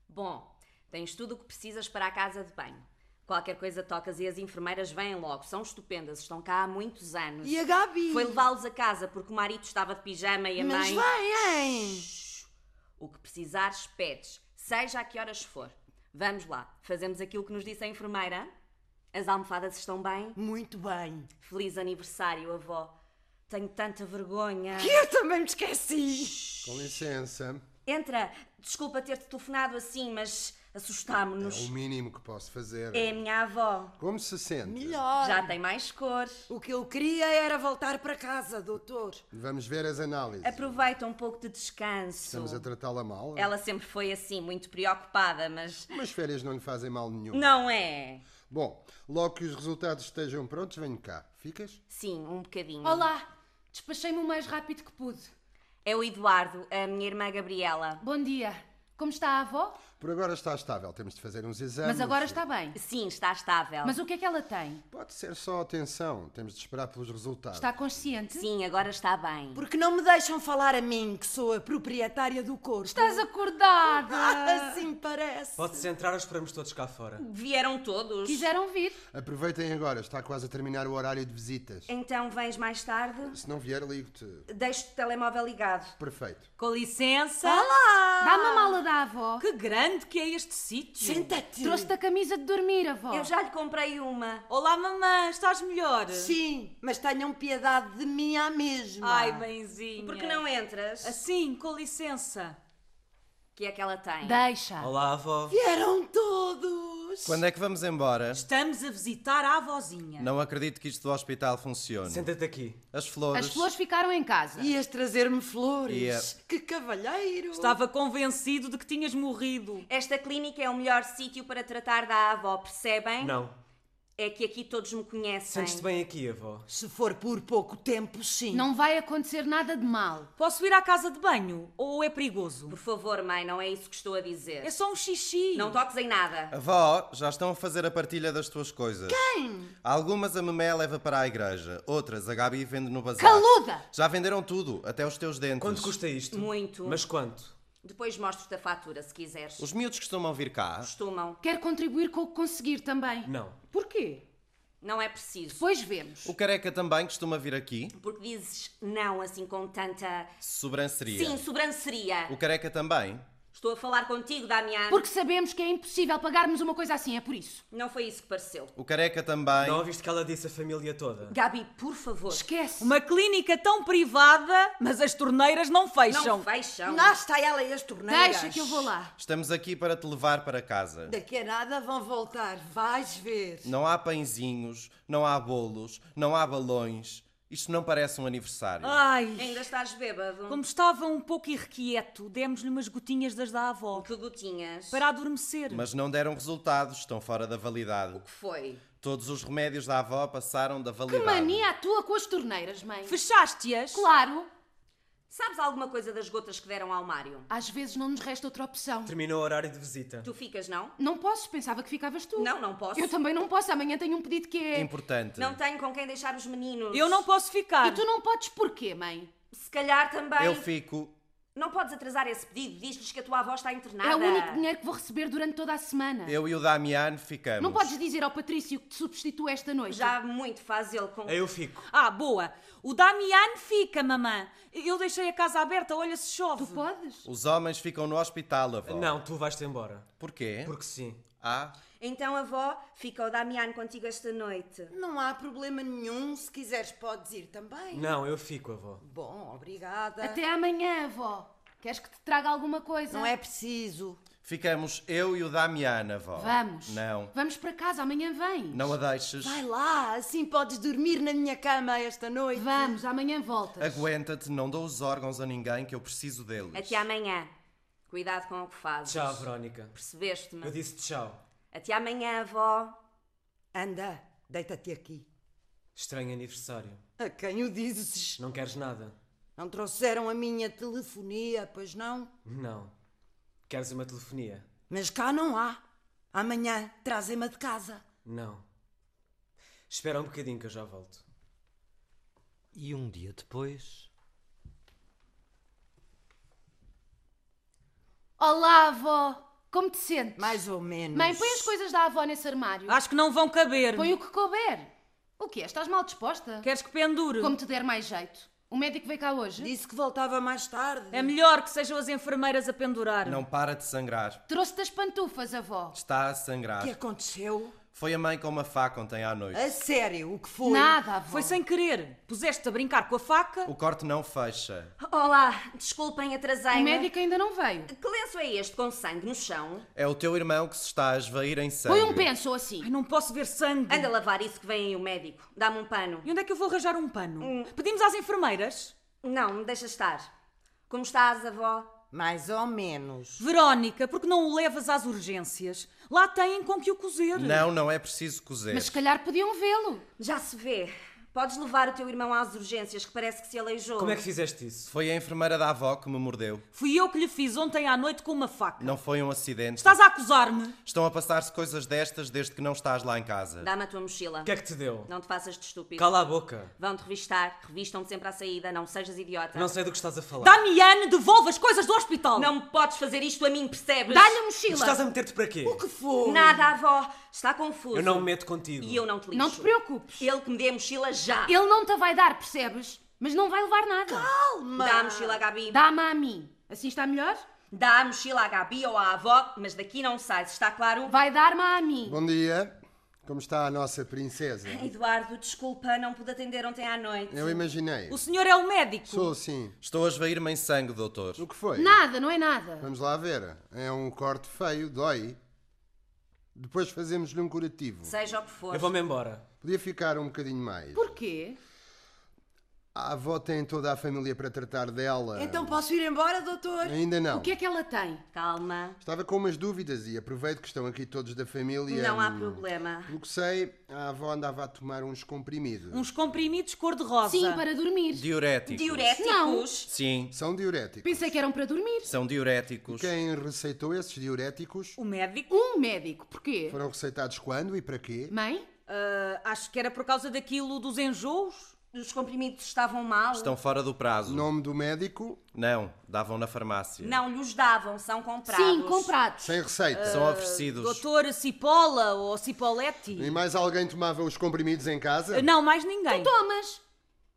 Bom, tens tudo o que precisas para a casa de banho. Qualquer coisa tocas e as enfermeiras vêm logo. São estupendas, estão cá há muitos anos.
E a Gabi?
Foi levá-los a casa porque o marido estava de pijama e a
Mas
mãe.
vêm!
O que precisares, pedes, seja a que horas for. Vamos lá, fazemos aquilo que nos disse a enfermeira. As almofadas estão bem?
Muito bem.
Feliz aniversário, avó. Tenho tanta vergonha.
Que eu também me esqueci!
Com licença.
Entra, desculpa ter-te telefonado assim, mas
É
assustámo-nos.
o mínimo que posso fazer.
É a minha avó.
Como se sente?
Já tem mais cor.
O que eu queria era voltar para casa, doutor.
Vamos ver as análises.
Aproveita um pouco de descanso.
Estamos a tratá-la mal.
Ela sempre foi assim, muito preocupada, mas.
Mas férias não lhe fazem mal nenhum.
Não é?
Bom, logo que os resultados estejam prontos, venho cá. Ficas?
Sim, um bocadinho.
Olá, despachei-me o mais rápido que pude.
É o Eduardo, a minha irmã Gabriela.
Bom dia. Como está a avó?
Por agora está estável. Temos de fazer uns exames.
Mas agora está bem.
Sim, está estável.
Mas o que é que ela tem?
Pode ser só atenção. Temos de esperar pelos resultados.
consciente?
Sim, agora está bem.
Porque não me deixam falar a mim, que sou a proprietária do corpo.
Estás acordada?
assim parece.
Pode-se entrar ou esperamos todos cá fora?
Vieram todos.
Quiseram vir.
Aproveitem agora. Está quase a terminar o horário de visitas.
Então vens mais tarde?
Se não vier, ligo-te.
Deixo o telemóvel ligado.
Perfeito.
Com licença.
Olá! Dá-me a mala da avó.
Que grande que é este sítio.
Senta-te. Trouxe-te a camisa de dormir, avó.
Eu já lhe comprei uma.
Olá, mamãe, estás melhor?
Sim, mas tenham piedade de mim à mesma.
Ai, mãezinha.
Por que não entras?
Assim, com licença.
O que é que ela tem?
Deixa.
Tá.
Olá, avó!
Vieram todos!
Quando é que vamos embora?
Estamos a visitar a avózinha.
Não acredito que isto do hospital funcione.
Senta-te aqui.
As flores.
ficaram em casa.
Ias trazer-me flores.
Ia.
Que cavalheiro!
Estava convencido de que tinhas morrido.
Esta clínica é o melhor sítio para tratar da avó, percebem?
Não.
É que aqui todos me conhecem.
Sentes-te bem aqui, avó.
Se for por pouco tempo, sim.
Não vai acontecer nada de mal.
Posso ir à casa de banho? Ou é perigoso?
Por favor, mãe, não é isso que estou a dizer.
É só um xixi.
Não toques em nada.
Avó, já estão a fazer a partilha das tuas coisas.
Quem?
Algumas a Memé leva para a igreja, outras a Gabi vende no bazar.
Caluda!
Já venderam tudo, até os teus dentes.
Quanto custa isto?
Muito.
Mas quanto?
Depois mostro-te a fatura, se quiseres.
Os miúdos costumam vir cá?
Costumam.
Quero contribuir com o que conseguir também.
Não.
Porquê?
Não é preciso.
Depois vemos.
O careca também costuma vir aqui?
Porque dizes não assim com tanta...
Sobranceria.
é.
Sim, sobranceria.
O careca também?
Estou a falar contigo, Damiano.
Porque sabemos que é impossível pagarmos uma coisa assim, é por isso.
Não foi isso que pareceu.
O careca também?
Não ouviste que ela disse a família toda?
Gabi, por favor.
Esquece.
Uma clínica tão privada, mas as torneiras não fecham.
Não fecham.
Lá está ela e as torneiras.
Deixa que eu vou lá.
Estamos aqui para te levar para casa.
Daqui a nada vão voltar, vais ver.
Não há pãezinhos, não há bolos, não há balões. Isto não parece um aniversário.
Ah.
Ai.
Ainda estás bêbado.
Como estava um pouco irrequieto, demos-lhe umas gotinhas das da avó.
Que gotinhas?
Para adormecer.
Mas não deram resultados, estão fora da validade.
Foi.
Todos os remédios da avó passaram da
Que
validade.
mania a tua com as torneiras, mãe.
Fechaste-as?
Claro.
Sabes alguma coisa das gotas que deram ao Mário?
Às vezes não nos resta outra opção.
Terminou o horário de visita.
Tu ficas, não?
Não posso, pensava que ficavas tu.
Não, não posso.
Eu também não posso, amanhã tenho um pedido que é.
Importante.
Não tenho com quem deixar os meninos.
Eu não posso ficar.
E tu não podes porquê, mãe?
Se calhar também.
Eu fico.
Não podes atrasar esse pedido. Diz-lhes que a tua avó está internada.
É o único dinheiro que vou receber durante toda a semana.
Eu e o Damiano ficamos.
Não podes dizer ao Patrício que te substituo esta noite.
Já muito faz ele
É
com.
Eu fico.
Ah, boa. O Damiano fica, mamã. Eu deixei a casa aberta, olha se chove. Tu
podes?
Os homens ficam no hospital, avó.
Não, tu vais-te embora.
Porquê?
Porque sim.
Ah,
Então, avó, fica o Damiano contigo esta noite.
Não há problema nenhum, se quiseres podes ir também.
Não, eu fico, avó.
Bom, obrigada.
Até amanhã, avó. Queres que te traga alguma coisa?
Não é preciso.
Ficamos eu e o Damiana, vó.
Vamos.
Não.
Vamos para casa, amanhã vens.
Não a deixes.
Vai lá, assim podes dormir na minha cama esta noite. Vamos, amanhã voltas.
Aguenta-te, não dou os órgãos a ninguém que eu preciso deles.
Até amanhã. Cuidado com o que fazes.
Tchau, Verónica.
Percebeste-me?
Eu disse tchau.
Até amanhã, avó.
Anda, deita-te aqui.
Estranho aniversário.
A quem o dizes?
Não queres nada?
Não trouxeram a minha telefonia, pois não?
Não. Queres uma telefonia?
Mas cá não há. Amanhã trazem-me a de casa.
Não. Espera um bocadinho que eu já volto.
E um dia depois.
Olá, avó. Como te sentes?
Mais ou menos.
Mãe, põe as coisas da avó nesse armário.
Acho que não vão caber.
Põe o que couber. O quê? Estás mal disposta?
Queres que pendure?
Como te der mais jeito. O médico veio cá hoje?
Disse que voltava mais tarde.
É melhor que sejam as enfermeiras a pendurar.
Não para de sangrar.
Trouxe-te as pantufas, avó.
Está a sangrar.
O
é?
que aconteceu?
Foi a mãe com uma faca ontem à noite.
A sério, o que foi?
Nada, avó.
Foi sem querer. Puseste-te a brincar com a faca.
O corte não fecha.
Olá, desculpem, atrasei-me.
O médico ainda não veio.
Que lenço é este com sangue no chão?
É o teu irmão que se está a esvair em sangue.
Põe um penso assim.
Ai, não posso ver sangue.
Anda lavar isso que vem aí o médico. Dá-me um pano. Hum.
E onde é que eu vou arranjar um pano? Pedimos às enfermeiras?
Não, deixa estar. Como estás, avó?
Mais ou menos.
Verónica, porque não o levas às urgências? Lá têm com que o cozer.
Não, não é preciso cozer.
Mas se calhar podiam vê-lo.
Já se vê. Podes levar o teu irmão às urgências, que parece que se aleijou.
Como é que fizeste isso?
Foi a enfermeira da avó que me mordeu.
Fui eu que lhe fiz ontem à noite com uma faca.
Não foi um acidente.
Estás a acusar-me?
Estão a passar-se coisas destas desde que não estás lá em casa.
Dá-me um a tua mochila.
O que é que te deu?
Não te faças de estúpido.
Cala a boca.
Vão-te revistar. Revistam-te sempre à saída. Não sejas idiota.
Não sei do que estás a falar.
Damiane, devolve as coisas do hospital.
Não me podes fazer isto a mim, percebes?
Dá-lhe a mochila.
Estás a meter-te para quê?
O que foi?
Nada, avó. Está confuso.
Eu não me meto contigo.
E eu não te lixo.
Não te preocupes.
Ele que me dê a mochila já.
Ele não te vai dar, percebes? Mas não vai levar nada.
Calma.
Dá a mochila à Gabi.
Dá-me a mim. Assim está melhor?
Dá a mochila à Gabi ou à avó, mas daqui não sai, está claro?
Vai dar-me a mim.
Bom dia. Como está a nossa princesa?
Eduardo, desculpa, não pude atender ontem à noite.
Eu imaginei.
O senhor é o médico?
Sou, sim.
Estou a esvair-me em sangue, doutor.
O que foi?
Nada, não é nada.
Vamos lá ver. É um corte feio, dói. Depois fazemos-lhe um curativo.
Seja o que for.
Eu vou-me embora.
Podia ficar um bocadinho mais.
Porquê?
A avó tem toda a família para tratar dela.
Então posso ir embora, doutor?
Ainda não.
O que é que ela tem?
Calma.
Estava com umas dúvidas e aproveito que estão aqui todos da família.
Não há problema.
Pelo que sei, a avó andava a tomar uns comprimidos.
Uns comprimidos cor-de-rosa.
Sim, para dormir.
Diuréticos.
Diuréticos?
Não.
Sim.
São diuréticos.
Pensei que eram para dormir.
São diuréticos.
Quem receitou esses diuréticos?
O médico?
Um médico. Porquê?
Foram receitados quando e para quê?
Mãe?
Ah, acho que era por causa daquilo dos enjoos.
Os comprimidos estavam mal.
Estão fora do prazo.
Nome do médico?
Não, davam na farmácia.
Não lhe os davam, são comprados.
Sim, comprados.
Sem
ah,
receita.
São oferecidos.
Doutor Cipolla ou Cipoletti?
E mais alguém tomava os comprimidos em casa?
Ah, Não, mais ninguém.
Tu tomas.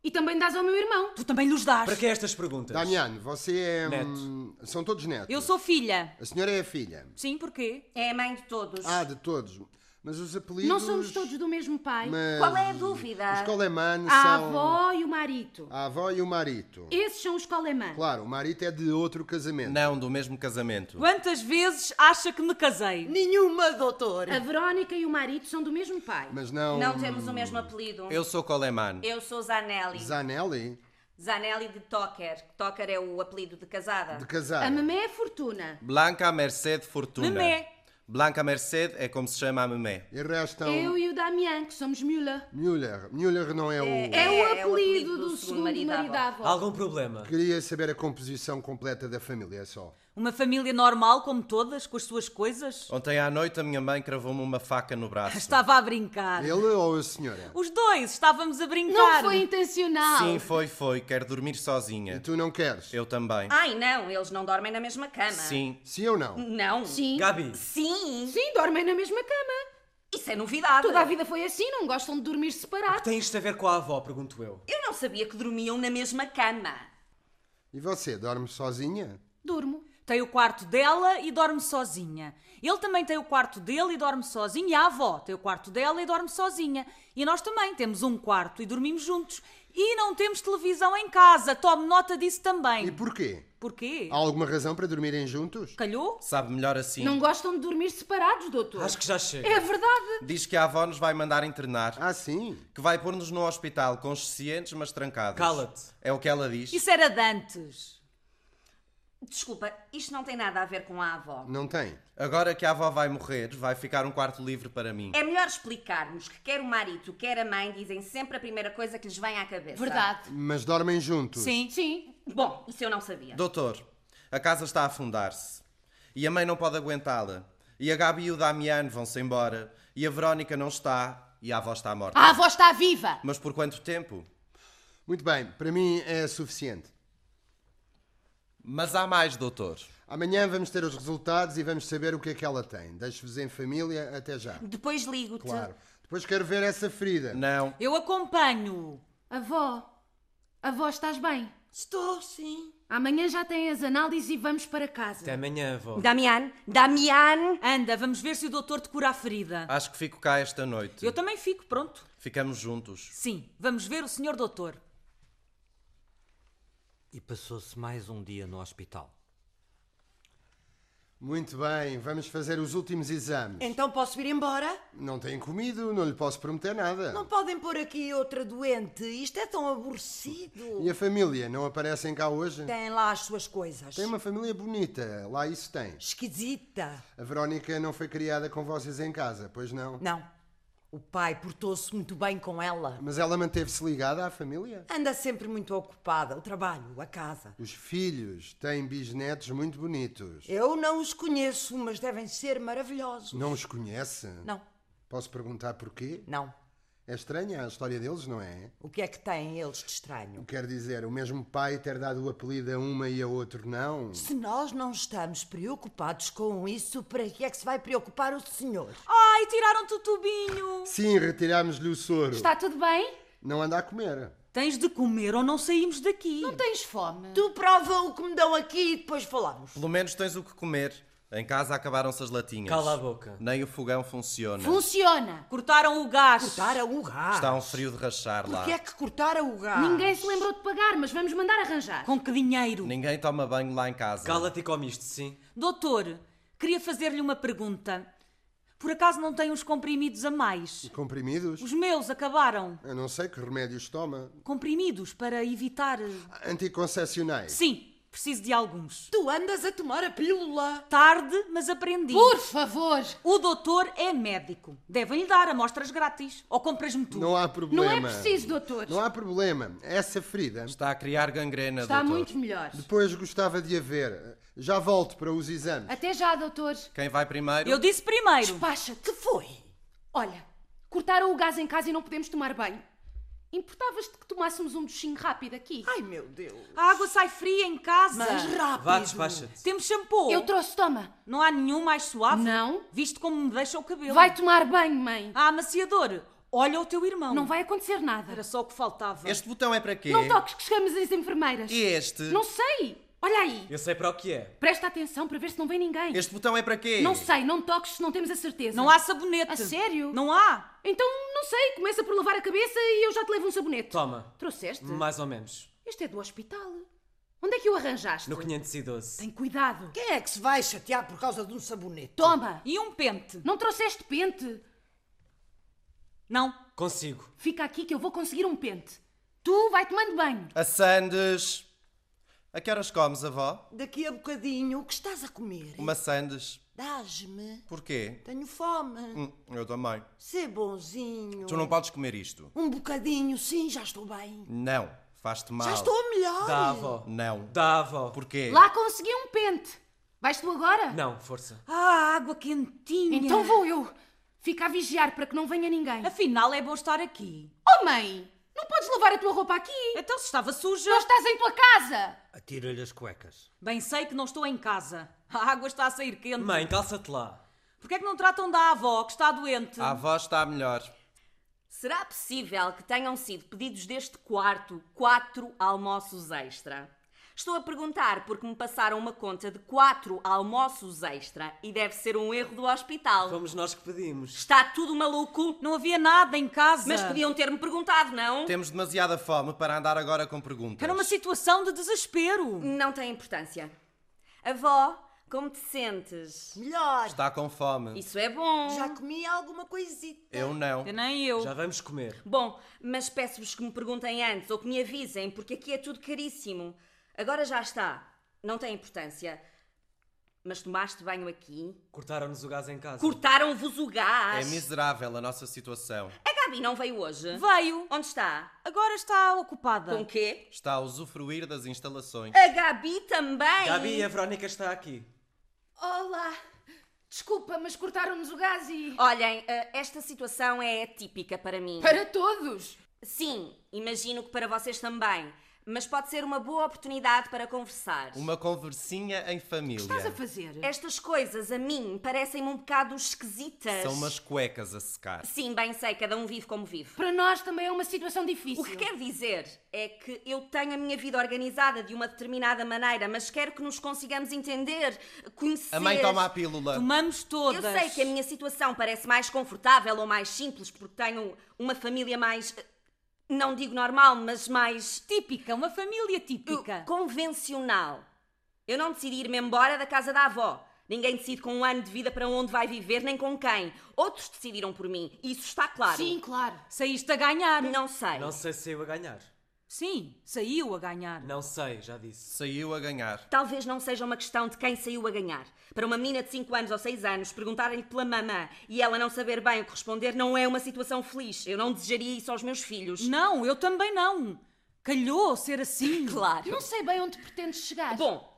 E também dás ao meu irmão.
Tu também lhes dás.
Para que estas perguntas?
Damiano, você é.
Neto.
hum, São todos netos.
Eu sou filha.
A senhora é a filha.
Sim, porquê?
É a mãe de todos.
Ah, de todos. Mas os apelidos.
Não somos todos do mesmo pai.
Mas...
Qual é a dúvida?
Os colemãs
A
são.
avó e o marido.
A avó e o marido.
Esses são os colemãs.
Claro, o marido é de outro casamento.
Não, do mesmo casamento.
Quantas vezes acha que me casei?
Nenhuma, doutor.
A Verónica e o marido são do mesmo pai.
Mas não.
Não temos o mesmo apelido.
Eu sou Coleman.
Eu sou Zanelli.
Zanelli?
Zanelli de Toker. Toker é o apelido de casada.
De
A
casar.
mamé é fortuna.
Blanca Merced Fortuna.
Memé.
Blanca Merced é como se chama a memé.
E um- restam.
Eu e o Damian, que somos Müller.
Müller. Müller não é o.
É,
É,
o
é o apelido
apelido
do
do
segundo
segundo
marido da
marido da avó.
Algum problema?
Queria saber a composição completa da família, é só.
Uma família normal, como todas, com as suas coisas?
Ontem à noite a minha mãe cravou-me uma faca no braço.
Estava a brincar.
Ele ou a senhora?
Os dois estávamos a brincar.
Não foi intencional.
Sim, foi, foi. Quero dormir
E
sozinha.
tu não queres?
Eu também.
Ai, não, eles não dormem na mesma cama.
Sim.
Sim ou não?
Ah, Não.
Sim.
Gabi,
Sim.
Sim, dormem na mesma cama.
Isso é novidade.
Toda a vida foi assim, não gostam de dormir
o que
separados.
tem isto a ver com a avó? Pergunto eu.
Eu não sabia que dormiam na mesma cama.
E você, dorme sozinha?
Durmo.
Tem o quarto dela e dorme sozinha. Ele também tem o quarto dele e dorme sozinho. E a avó tem o quarto dela e dorme sozinha. E nós também temos um quarto e dormimos juntos. E não temos televisão em casa. Tome nota disso também.
E porquê?
Porquê?
Há alguma razão para dormirem juntos?
Calhou?
Sabe melhor assim.
Não gostam de dormir separados, doutor?
Acho que já chega.
É verdade.
Diz que a avó nos vai mandar internar.
Ah, sim?
Que vai pôr-nos no hospital, conscientes mas trancados.
Cala-te.
É o que ela diz.
Isso era dantes.
Desculpa, isto não tem nada a ver com a avó.
Não tem.
Agora que a avó vai morrer, vai ficar um quarto livre para mim.
É melhor explicarmos que quer o marido, quer a mãe, dizem sempre a primeira coisa que lhes vem à cabeça.
Verdade.
Mas dormem juntos?
Sim. Sim.
Bom, isso eu não sabia.
Doutor, a casa está a afundar-se. E a mãe não pode aguentá-la. E a Gabi e o Damiano vão-se embora. E a Verónica não está. E a avó está morta.
A avó está viva!
Mas por quanto tempo?
Muito bem, para mim é suficiente.
Mas há mais, doutor.
Amanhã vamos ter os resultados e vamos saber o que é que ela tem. Deixo-vos em família, até já.
Depois ligo-te.
Claro. Depois quero ver essa ferida.
Não.
Eu acompanho.
Avó, avó, estás bem?
Estou, sim.
Amanhã já tem as análises e vamos para casa.
Até amanhã, avó.
Damian, Damian!
Anda, vamos ver se o doutor te cura a ferida.
Ah,
Acho que fico cá esta noite.
Eu também fico, pronto.
Ficamos juntos.
Sim, vamos ver o senhor doutor.
E passou-se mais um dia no hospital.
Muito bem, vamos fazer os últimos exames.
Então posso ir embora?
Não tem comido, não lhe posso prometer nada.
Não podem pôr aqui outra doente. Isto é tão aborrecido.
E a família, não aparecem cá hoje?
Têm lá as suas coisas.
Tem uma família bonita, lá isso tem.
Esquisita.
A Verónica não foi criada com vocês em casa, pois não?
Não. O pai portou-se muito bem com ela.
Mas ela manteve-se ligada à família?
Anda sempre muito ocupada. O trabalho, a casa.
Os filhos têm bisnetos muito bonitos.
Eu não os conheço, mas devem ser maravilhosos.
Não os conhece?
Não.
Posso perguntar porquê?
Não.
É estranha a história deles, não é?
O que é que têm eles de estranho?
Quer dizer, o mesmo pai ter dado o apelido a uma e a outro, não?
Se nós não estamos preocupados com isso, para que é que se vai preocupar o senhor?
Ah!
Ai, tiraram-te o tubinho!
Sim, retirámos-lhe o soro.
Está tudo bem?
Não anda a comer.
Tens de comer ou não saímos daqui.
Não tens fome?
Tu prova o que me dão aqui e depois falamos.
Pelo menos tens o que comer. Em casa acabaram-se as latinhas.
Cala a boca.
Nem o fogão funciona.
Funciona!
Cortaram o gás.
Cortaram o gás?
Está um frio de rachar lá.
Por que é que cortaram o gás?
Ninguém se lembrou de pagar, mas vamos mandar arranjar.
Com que dinheiro?
Ninguém toma banho lá em casa.
Cala-te e comiste, sim.
Doutor, queria fazer-lhe uma pergunta. Por acaso não tem uns comprimidos a mais?
Comprimidos?
Os meus acabaram.
Eu não sei que remédios toma.
Comprimidos para evitar.
eh,
Anticoncepcionais?
Sim, preciso de alguns.
Tu andas a tomar a pílula.
Tarde, mas aprendi.
Por favor!
O doutor é médico. Devem-lhe dar amostras grátis. Ou compras-me tu.
Não há
Não
problema.
é preciso, doutor.
Não há problema. Essa ferida.
Está a criar gangrena,
É,
Está
doutor.
muito melhor.
Depois gostava de a ver. Já volto para os exames.
Até já, doutor.
Quem vai primeiro?
Eu disse primeiro.
Despacha-te.
Que foi?
Olha, cortaram o gás em casa e não podemos tomar banho. Importavas-te que tomássemos um duchinho rápido aqui?
Ai, meu Deus.
A água sai fria em casa.
Mas rápido.
Vá, despacha-te.
Temos shampoo.
Eu trouxe, toma.
Não há nenhum mais suave?
Não.
Visto como me deixa o cabelo.
Vai tomar banho, mãe.
Ah, amaciador, olha o teu irmão.
Não vai acontecer nada.
Era só o que faltava.
Este botão é para quê?
Não toques que chegamos as enfermeiras.
E este?
Não sei. Olha aí.
Eu sei para o que é.
Presta atenção para ver se não vem ninguém.
Este botão é para quê?
Não sei, não toques se não temos a certeza.
Não há sabonete.
A sério?
Não há.
Então, não sei, começa por lavar a cabeça e eu já te levo um sabonete.
Toma.
Trouxeste?
Mais ou menos.
Este é do hospital. Onde é que o arranjaste?
No 512.
Tem cuidado.
Quem é que se vai chatear por causa de um sabonete?
Toma.
E um pente?
Não trouxeste pente?
Não.
Consigo.
Fica aqui que eu vou conseguir um pente. Tu vai tomando banho.
A Sandes. A que horas comes, avó?
Daqui a bocadinho, o que estás a comer?
Uma Sandes.
Dás-me.
Porquê?
Tenho fome.
Hum, eu também.
Sê bonzinho.
Tu não podes comer isto.
Um bocadinho, sim, já estou bem.
Não. Faz-te mal.
Já estou melhor.
Dá, avó.
Não.
Dá, avó.
Porquê?
Lá consegui um pente. Vais tu agora?
Não, força.
Ah, água quentinha.
Então vou eu. Fica a vigiar para que não venha ninguém.
Afinal, é bom estar aqui.
Oh, mãe! Não podes lavar a tua roupa aqui?
Então, se estava suja.
Não estás em tua casa!
Atira-lhe as cuecas.
Bem sei que não estou em casa. A água está a sair quente.
Mãe, calça-te lá.
Porquê é que não tratam da avó, que está doente?
Ah.
A avó está melhor.
Será possível que tenham sido pedidos deste quarto quatro almoços extra? Estou a perguntar porque me passaram uma conta de quatro almoços extra e deve ser um erro do hospital.
Fomos nós que pedimos.
Está tudo maluco?
Não havia nada em casa.
Mas podiam ter-me perguntado, não?
Temos demasiada fome para andar agora com perguntas.
Era uma situação de desespero.
Não tem importância. Avó, como te sentes?
Melhor.
Está com fome.
Isso é bom.
Já comi alguma coisita.
Eu não.
Eu nem eu.
Já vamos comer.
Bom, mas peço-vos que me perguntem antes ou que me avisem, porque aqui é tudo caríssimo. Agora já está. Não tem importância. Mas tomaste banho aqui?
Cortaram-nos o gás em casa.
Cortaram-vos o
É
gás?
miserável a nossa situação.
A Gabi não veio hoje?
Veio.
Onde está?
Agora está ocupada.
Com quê?
Está a usufruir das instalações.
A Gabi também?
é
Gabi, a Verónica está aqui.
Olá! Desculpa, mas cortaram-nos o gás e.
Olhem, eh, esta situação é atípica para mim.
Para todos!
Sim, imagino que para vocês também. Mas pode ser uma boa oportunidade para conversar.
Uma conversinha em família.
fazer?
Estas coisas, a mim, parecem-me um bocado esquisitas.
São umas cuecas a secar.
Sim, bem sei, cada um vive como vive.
Para nós também é uma situação difícil.
O que quer dizer é que eu tenho a minha vida organizada de uma determinada maneira, mas quero que nos consigamos entender, conhecer.
A mãe toma a pílula.
Tomamos todas.
Eu sei que a minha situação parece mais confortável ou mais simples porque tenho uma família mais. eh, Não digo normal, mas mais.
Típica, uma família típica.
eh, convencional. Eu não decidi ir-me embora da casa da avó. Ninguém decide com um ano de vida para onde vai viver nem com quem. Outros decidiram por mim. Isso está claro.
Sim, claro.
Saíste a ganhar.
Não sei.
Não sei se eu a ganhar.
Sim, saiu a ganhar.
Não sei, já disse.
Saiu a ganhar.
Talvez não seja uma questão de quem saiu a ganhar. Para uma menina de 5 anos ou 6 anos, perguntarem-lhe pela mamã e ela não saber bem o que responder não é uma situação feliz. Eu não desejaria isso aos meus filhos.
Não, eu também não. Calhou ser assim.
Claro.
Não sei bem onde pretendes chegar.
Bom,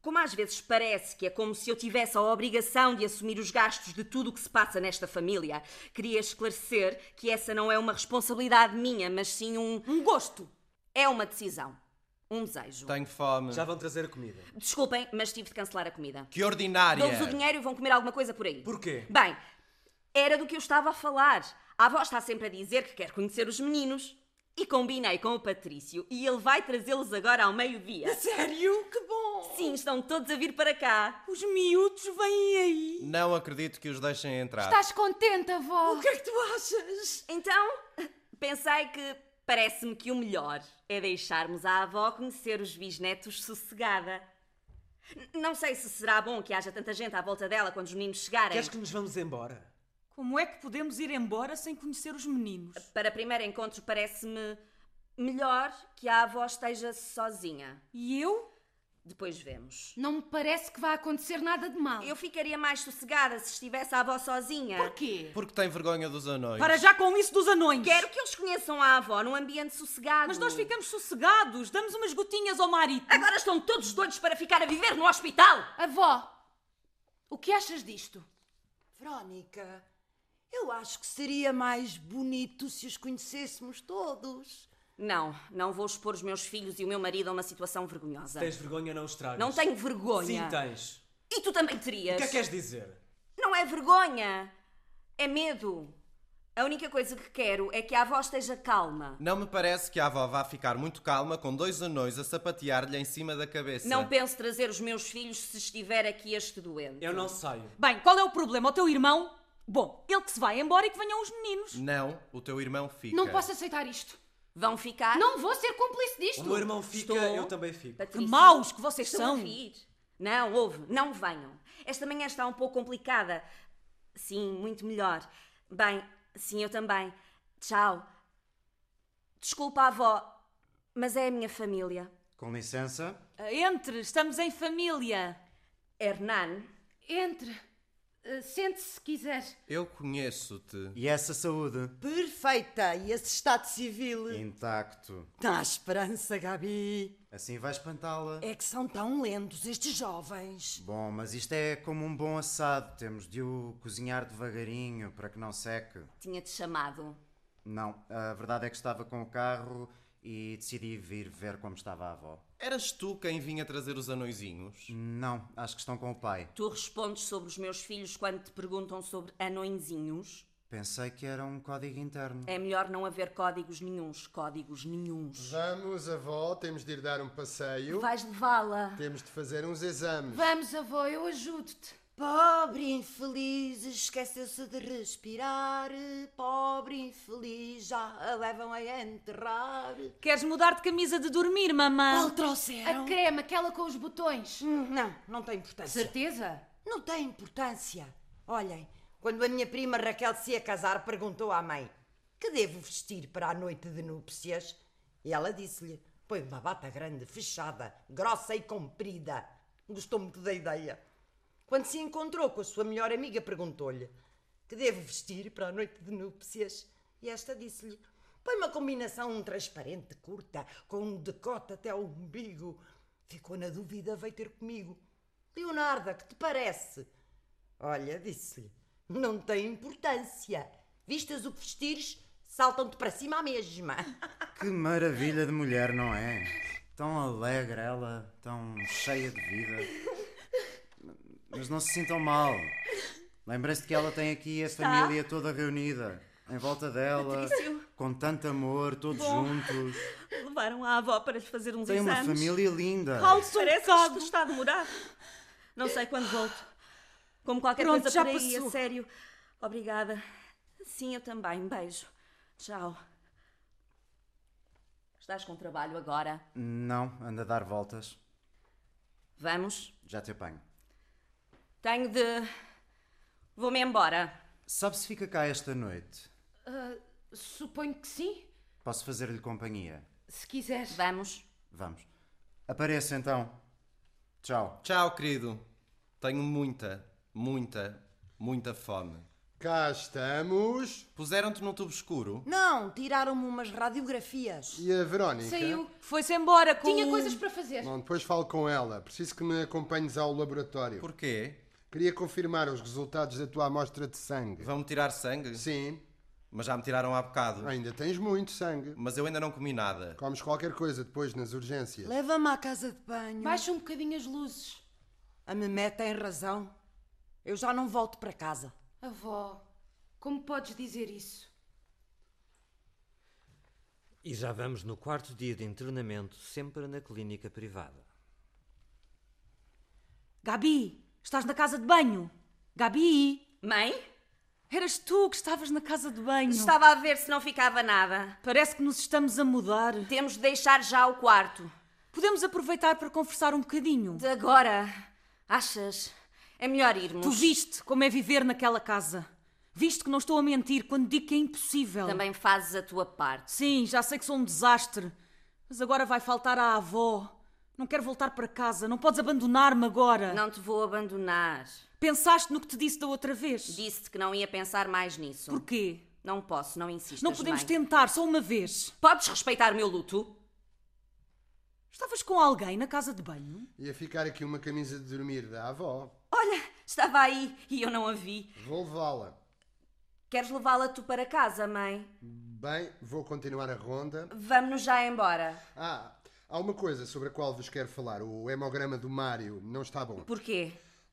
como às vezes parece que é como se eu tivesse a obrigação de assumir os gastos de tudo o que se passa nesta família, queria esclarecer que essa não é uma responsabilidade minha, mas sim um.
Um gosto.
É uma decisão. Um desejo.
Tenho fome.
Já vão trazer a comida.
Desculpem, mas tive de cancelar a comida.
Que ordinária!
Dou-vos o dinheiro e vão comer alguma coisa por aí.
Porquê?
Bem, era do que eu estava a falar. A avó está sempre a dizer que quer conhecer os meninos. E combinei com o Patrício e ele vai trazê-los agora ao meio-dia.
Sério? Que bom.
Sim, estão todos a vir para cá.
Os miúdos vêm aí.
Não acredito que os deixem entrar.
Estás contente, avó?
é que tu achas?
Então, pensei que parece-me que o melhor é deixarmos a avó conhecer os bisnetos sossegada. N- Não sei se será bom que haja tanta gente à volta dela quando os meninos chegarem.
Queres que nos vamos embora?
Como é que podemos ir embora sem conhecer os meninos?
Para primeiro encontro, parece-me melhor que a avó esteja sozinha.
E eu?
Depois vemos.
Não me parece que vá acontecer nada de mal.
Eu ficaria mais sossegada se estivesse a avó sozinha.
Porquê?
Porque tem vergonha dos anões.
Para já com isso dos anões.
Quero que eles conheçam a avó num ambiente sossegado.
Mas nós ficamos sossegados, damos umas gotinhas ao marido.
Agora estão todos doidos para ficar a viver no hospital!
Avó, o que achas disto?
Verónica, eu acho que seria mais bonito se os conhecêssemos todos.
Não, não vou expor os meus filhos e o meu marido a uma situação vergonhosa.
Tens vergonha, não os tragas.
Não tenho vergonha.
Sim, tens.
E tu também
O
terias.
que é que queres dizer?
Não é vergonha, é medo. A única coisa que quero é que a avó esteja calma.
Não me parece que a avó vá ficar muito calma com dois anões a sapatear-lhe em cima da cabeça.
Não penso trazer os meus filhos se
É
estiver aqui este doente.
Eu não saio.
Bem, qual é o problema? O teu irmão? Bom, ele que se vai embora e que venham os meninos.
Não, o teu irmão fica.
Não posso aceitar isto.
Vão ficar?
Não vou ser cúmplice
O
disto.
meu irmão fica,
Estou.
eu também fico.
Patrícia,
Que maus que vocês
Tá estão
são.
a vir. Não, ouve, não venham. Esta manhã está um pouco complicada. Sim, muito melhor. Bem, sim, eu também. Tchau. Desculpa, avó, mas é a minha família.
Com licença.
Entre, estamos em família.
Hernan,
Entre. Eh, Sente-se se quiser.
Eu conheço-te.
E essa saúde?
Perfeita! E esse estado civil?
Intacto.
Dá esperança, Gabi.
Assim vai espantá-la.
É que são tão lentos estes jovens.
Bom, mas isto é como um bom assado. Temos de o cozinhar devagarinho para que não seque.
tinha-te chamado.
Não, a verdade é que estava com o carro e decidi vir ver como estava a avó.
Eras tu quem vinha trazer os anõezinhos?
Não, acho que estão com o pai.
Tu respondes sobre os meus filhos quando te perguntam sobre anõezinhos?
Pensei que era um código interno.
É melhor não haver códigos nenhuns, códigos nenhuns.
Vamos, avó, temos de ir dar um passeio.
Vais levá-la.
Temos de fazer uns exames.
Vamos, avó, eu ajudo-te.
Pobre infeliz, esqueceu-se de respirar. Pobre infeliz, já a levam a enterrar.
Queres mudar de camisa de dormir, mamã?
Qual trouxeram?
A creme, aquela com os botões.
Hum, Não, não tem importância.
Certeza?
Não tem importância. Olhem, quando a minha prima Raquel se ia casar, perguntou à mãe: Que devo vestir para a noite de núpcias? E ela disse-lhe: Põe uma bata grande, fechada, grossa e comprida. Gostou muito da ideia. Quando se encontrou com a sua melhor amiga, perguntou-lhe: Que devo vestir para a noite de núpcias? E esta disse-lhe: Põe uma combinação transparente, curta, com um decote até ao umbigo. Ficou na dúvida, veio ter comigo. Leonarda, que te parece? Olha, disse-lhe, não tem importância. Vistas o que vestires, saltam-te para cima à mesma.
Que maravilha de mulher, não é? Tão alegre ela, tão cheia de vida. Mas não se sintam mal. Lembrem-se que ela tem aqui a
Está.
família toda reunida, em volta dela,
Patrício.
com tanto amor, todos
Bom.
juntos.
Levaram a avó para lhe fazer uns
Tem uma
exames.
família linda.
Parece que isto está a demorar. um Não sei quando volto. Como qualquer
Pronto,
coisa
já
por aí,
passou.
a sério. Obrigada. Sim, eu também. Um Beijo. Tchau. Estás com trabalho agora?
Não, anda a dar voltas.
Vamos.
Já te apanho.
Tenho de... Vou-me embora.
Sabe se fica cá esta noite?
Ah, suponho que sim,
Posso fazer-lhe companhia?
se quiseres.
Vamos.
Vamos. Apareça então. Tchau.
Tchau, querido. Tenho muita, muita, muita fome.
Cá estamos.
Puseram-te num tubo escuro?
Não, tiraram-me umas radiografias.
E a Verónica?
Foi-se embora com...
Tinha coisas para fazer.
Bom, depois falo com ela. Preciso que me acompanhes ao laboratório.
Porquê?
Queria confirmar os resultados da tua amostra de sangue.
Vão-me tirar sangue?
Sim.
Mas já me tiraram há bocado.
Ainda tens muito sangue.
Mas eu ainda não comi nada.
Comes qualquer coisa depois nas urgências.
Leva-me à casa de banho.
Baixa um bocadinho as luzes.
A Memé tem razão. Eu já não volto para casa.
Avó, como podes dizer isso?
E já vamos no quarto dia de internamento, sempre na clínica privada.
Gabi, estás na casa de banho? Gabi?
Mãe?
Eras tu que estavas na casa de banho.
Estava a ver se não ficava nada.
Parece que nos estamos a mudar.
Temos de deixar já o quarto.
Podemos aproveitar para conversar um bocadinho.
De agora, achas? É melhor irmos.
Tu viste como é viver naquela casa. Viste que não estou a mentir quando digo que é impossível.
Também fazes a tua parte.
Sim, já sei que sou um desastre. Mas agora vai faltar à avó. Não quero voltar para casa. Não podes abandonar-me agora.
Não te vou abandonar.
Pensaste no que te disse da outra vez?
Disse-te que não ia pensar mais nisso.
Porquê?
Não posso, não insistas,
Não podemos
mãe.
tentar só uma vez.
Podes respeitar o meu luto?
Estavas com alguém na casa de banho?
Ia ficar aqui uma camisa de dormir da avó.
Estava aí e eu não a vi.
Vou levá-la.
Queres levá-la tu para casa, mãe?
Bem, vou continuar a ronda.
Vamos-nos já embora.
Ah, há uma coisa sobre a qual vos quero falar. O hemograma do Mário não está bom.
Porquê?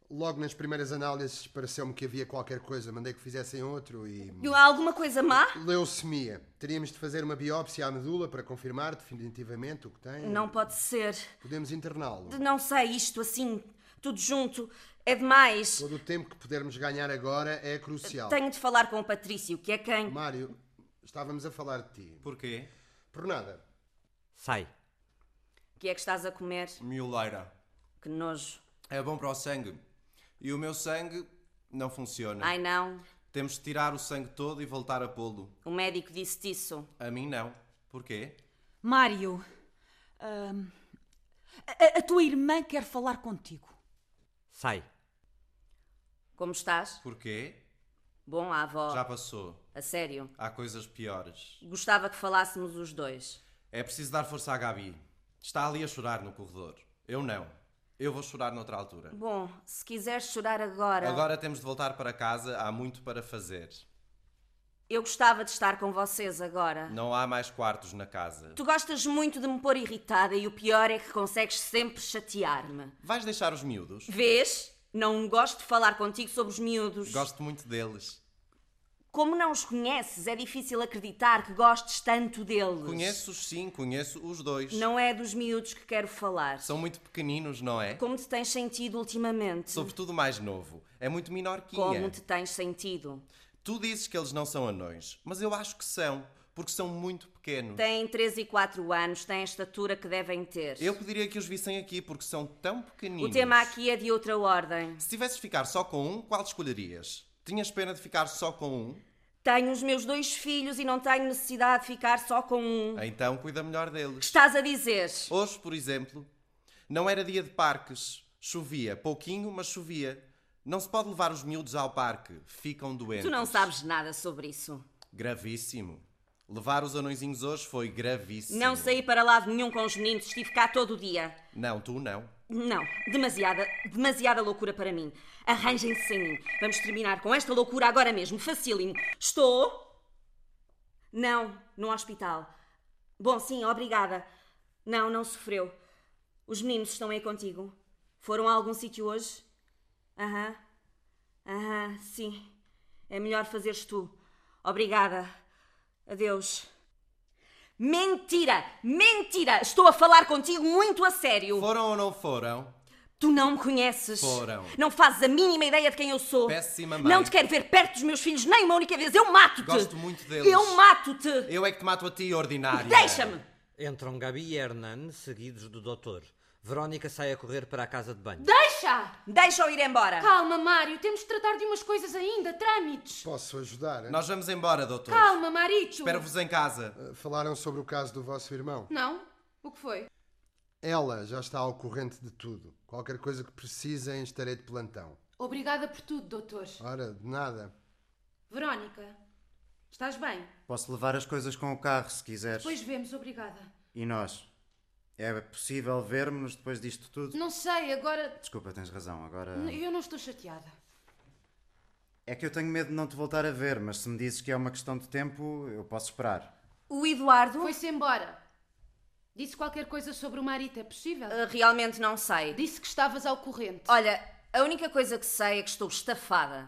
Logo nas primeiras análises pareceu-me que havia qualquer coisa. Mandei que fizessem outro e.
Há alguma coisa má?
Leucemia. Teríamos de fazer uma biópsia à medula para confirmar definitivamente o que tem.
Não pode ser.
Podemos interná-lo.
De- Não sei, isto assim, tudo junto, é demais.
Todo o tempo que pudermos ganhar agora é crucial.
Tenho de falar com o Patrício, que é quem.
Mário, estávamos a falar de ti.
Porquê?
Por nada.
Sai.
Que é que estás a comer?
Mioleira.
Que nojo.
É bom para o sangue. E o meu sangue não funciona.
Ai não,
Temos de tirar o sangue todo e voltar a pô-lo.
o médico disse-te isso.
A mim não. Porquê?
Mário, ahm, a, a tua irmã quer falar contigo.
Sai.
Como estás?
Porquê?
Bom, a avó.
Já passou.
A sério.
Há coisas piores.
Gostava que falássemos os dois.
É preciso dar força à Gabi. Está ali a chorar no corredor. Eu não. Eu vou chorar noutra altura.
Bom, se quiseres chorar agora,
Agora temos de voltar para casa, há muito para fazer.
eu gostava de estar com vocês agora.
Não há mais quartos na casa.
Tu gostas muito de me pôr irritada e o pior é que consegues sempre chatear-me.
Vais deixar os miúdos?
Vês? Não gosto de falar contigo sobre os miúdos.
Gosto muito deles.
Como não os conheces, é difícil acreditar que gostes tanto deles.
Conheço-os sim, conheço os dois.
Não é dos miúdos que quero falar.
São muito pequeninos, não é?
Como te tens sentido ultimamente?
Sobretudo o mais novo. É muito minorquinha.
Como te tá- tens sentido?
Tu dizes que eles não são anões, mas eu acho que são, porque são muito pequenos.
Têm 3 e 4 anos, têm a estatura que devem ter.
Eu pediria que os vissem aqui, porque são tão pequeninos.
O tema aqui é de outra ordem.
Se tivesses de ficar só com um, qual escolherias? Tinhas pena de ficar só com um?
Tenho os meus dois filhos e não tenho necessidade de ficar só com um.
Então cuida melhor deles.
Que estás a dizer?
Hoje, por exemplo, não era dia de parques. Chovia, pouquinho, mas chovia. Não se pode levar os miúdos ao parque, ficam doentes.
Tu não sabes nada sobre isso.
Gravíssimo. Levar os anõezinhos hoje foi gravíssimo.
Não saí para lado nenhum com os meninos, estive cá todo o dia.
Não, tu não.
Não, demasiada, demasiada loucura para mim. Arranjem-se sem mim. Vamos terminar com esta loucura agora mesmo, facílimo. Estou? Não, no hospital. Bom, sim, obrigada. Não, não sofreu. Os meninos estão aí contigo. Foram a algum sítio hoje? Aham. Aham, sim. É melhor fazeres tu. Obrigada. Adeus. Mentira! Mentira! Estou a falar contigo muito a sério.
Foram ou não foram?
Tu não me conheces.
Foram.
Não fazes a mínima ideia de quem eu sou.
Péssima mãe.
Não te quero ver perto dos meus filhos nem uma única vez. Eu mato-te.
Gosto muito deles.
Eu mato-te.
Eu é que te mato a ti, ordinário.
Deixa-me.
Entram Gabi e Hernani, seguidos do doutor. Verónica sai a correr para a casa de banho.
Deixa!
Deixa-o ir embora.
Calma, Mário. Temos de tratar de umas coisas ainda, trâmites.
Posso ajudar? hein?
Nós vamos embora, doutor.
Calma, Marito.
Espero-vos em casa.
Uh, Falaram sobre o caso do vosso irmão.
Não? O que foi?
Ela já está ao corrente de tudo. Qualquer coisa que precisem, estarei de plantão.
Obrigada por tudo, doutor.
Ora, de nada.
Verónica, estás bem?
Posso levar as coisas com o carro se quiseres.
Depois vemos, obrigada.
E nós? É possível vermos-nos depois disto tudo?
Não sei, agora.
Desculpa, tens razão. Agora.
Eu não estou chateada.
É que eu tenho medo de não te voltar a ver, mas se me dizes que é uma questão de tempo, eu posso esperar.
O Eduardo
Foi-se embora. Disse qualquer coisa sobre o Marito, é possível?
ah, realmente não sei.
Disse que estavas ao corrente.
Olha, a única coisa que sei é que estou estafada.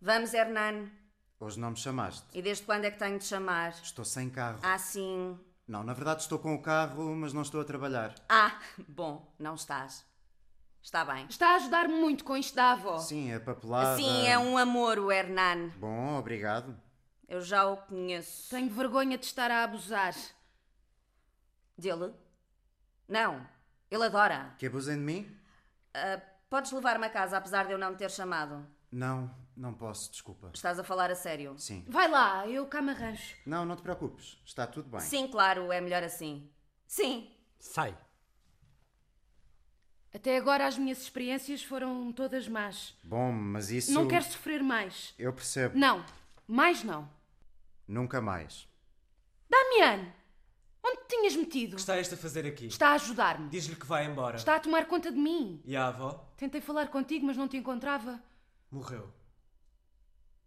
Vamos, Hernani.
Hoje não me chamaste.
E desde quando é que tenho de chamar?
Estou sem carro.
Ah, sim.
Não, na verdade estou com o carro, mas não estou a trabalhar.
Ah, bom, não estás. Está bem.
Está a ajudar-me muito com isto da avó.
Sim, é papelada.
Sim, é um amor o Hernan.
Bom, obrigado.
Eu já o conheço.
Tenho vergonha de estar a abusar.
Dele? Não, ele adora.
Que abusem de mim?
Ah, podes levar-me a casa, apesar de eu não te ter chamado.
Não, não posso, desculpa.
Estás a falar a sério?
Sim.
Vai lá, eu cá me arranjo.
Não, não te preocupes. Está tudo bem.
Sim, claro, é melhor assim. Sim.
Sai.
Até agora as minhas experiências foram todas más.
Bom, mas isso. É.
Não quero sofrer mais.
Eu percebo.
Não, mais não.
Nunca mais.
Damiano, onde te tinhas metido?
O que está este a fazer aqui?
Está a ajudar-me.
Diz-lhe que vai embora.
Está a tomar conta de mim.
E a avó?
Tentei falar contigo, mas não te encontrava.
Morreu.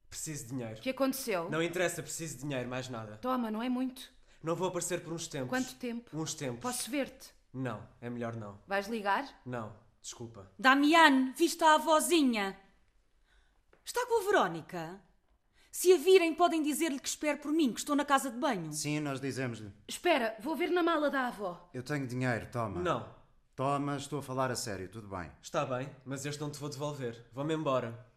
Preciso de dinheiro.
O que aconteceu?
Não interessa, preciso de dinheiro, mais nada.
Toma, não é muito.
Não vou aparecer por uns tempos.
Quanto tempo?
Uns tempos.
Posso ver-te?
Não, é melhor não.
Vais ligar?
Não, desculpa.
Damiano, viste a avózinha? Está com a Verónica? Se a virem, podem dizer-lhe que espere por mim, que estou na casa de banho.
Sim, nós dizemos-lhe.
Espera, vou ver na mala da avó.
Eu tenho dinheiro, toma.
Não,
Toma, estou a falar a sério, tudo bem.
está bem, mas este não te vou devolver. Vou-me embora.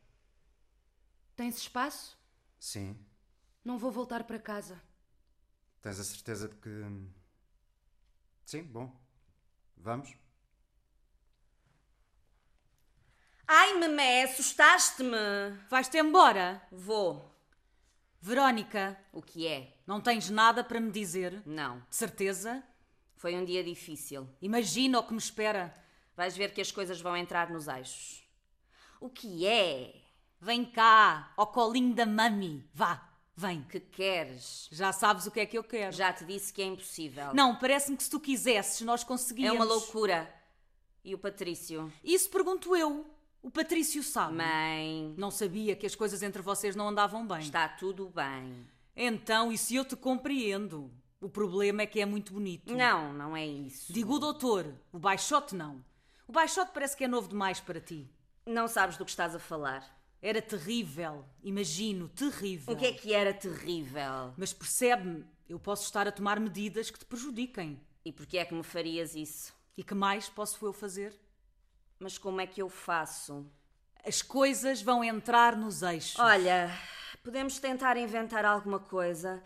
Tens espaço?
Sim.
Não vou voltar para casa.
Tens a certeza de que. Sim, bom. Vamos?
Ai, mamé, assustaste-me.
Vais-te embora?
Vou.
Verónica,
O que é?
não tens nada para me dizer?
Não.
De certeza?
Foi um dia difícil.
Imagina o que me espera.
Vais ver que as coisas vão entrar nos eixos. O que é
Vem cá, ao colinho da mami. Vá, vem.
que queres?
Já sabes o que é que eu quero.
Já te disse que é impossível.
Não, parece-me que se tu quisesses, nós
É
conseguíamos.
uma loucura. E o Patrício?
Isso pergunto eu. O Patrício sabe.
Mãe,
Não sabia que as coisas entre vocês não andavam bem.
está tudo bem.
Então, isso eu te compreendo. O problema é que é muito bonito.
Não, não é isso.
Digo o doutor, o baixote não. O baixote parece que é novo demais para ti.
Não sabes do que estás a falar.
Era terrível, imagino, terrível.
O que é que era terrível?
Mas percebe-me, eu posso estar a tomar medidas que te prejudiquem.
E porquê é que me farias isso?
E que mais posso eu fazer?
Mas como é que eu faço?
As coisas vão entrar nos eixos.
Olha, podemos tentar inventar alguma coisa,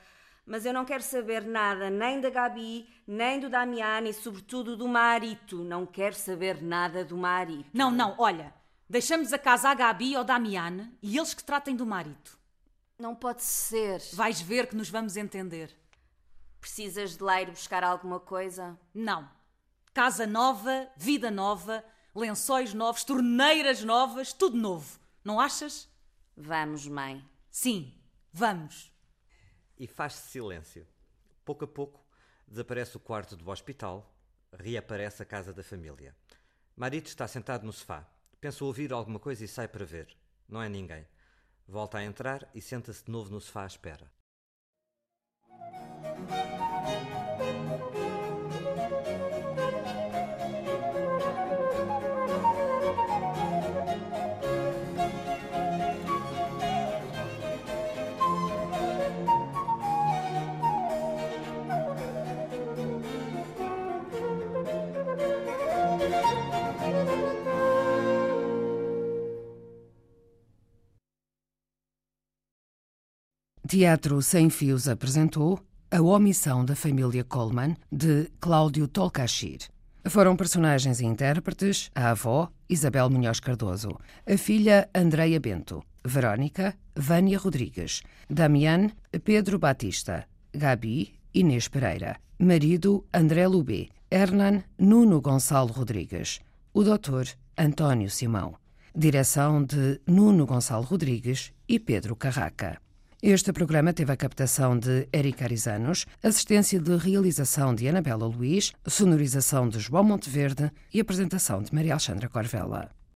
mas eu não quero saber nada nem da Gabi, nem do Damiano e, sobretudo, do Marito. Não quero saber nada do Marito.
Não, não, olha, deixamos a casa à Gabi ou Damiano e eles que tratem do Marito.
Não pode ser.
Vais ver que nos vamos entender.
Precisas de lá ir buscar alguma coisa?
Não. Casa nova, vida nova, lençóis novos, torneiras novas, tudo novo. Não achas?
Vamos, mãe.
Sim, vamos.
E faz-se silêncio. Pouco a pouco desaparece o quarto do hospital, reaparece a casa da família. Marito está sentado no sofá. Pensa ouvir alguma coisa e sai para ver. Não é ninguém. Volta a entrar e senta-se de novo no sofá à espera.
Teatro Sem Fios apresentou A Omissão da Família Coleman, de Cláudio Tolcachir. Foram personagens e intérpretes a avó, Isabel Munhoz Cardoso, a filha, Andreia Bento, Verónica, Vânia Rodrigues, Damian, Pedro Batista, Gabi, Inês Pereira, marido, André Lubê, Hernan, Nuno Gonçalo Rodrigues, o doutor, António Simão. Direção de Nuno Gonçalo Rodrigues e Pedro Carraca. Este programa teve a captação de Eric Arizanos, assistência de realização de Anabela Luiz, sonorização de João Monteverde e apresentação de Maria Alexandra Corvella.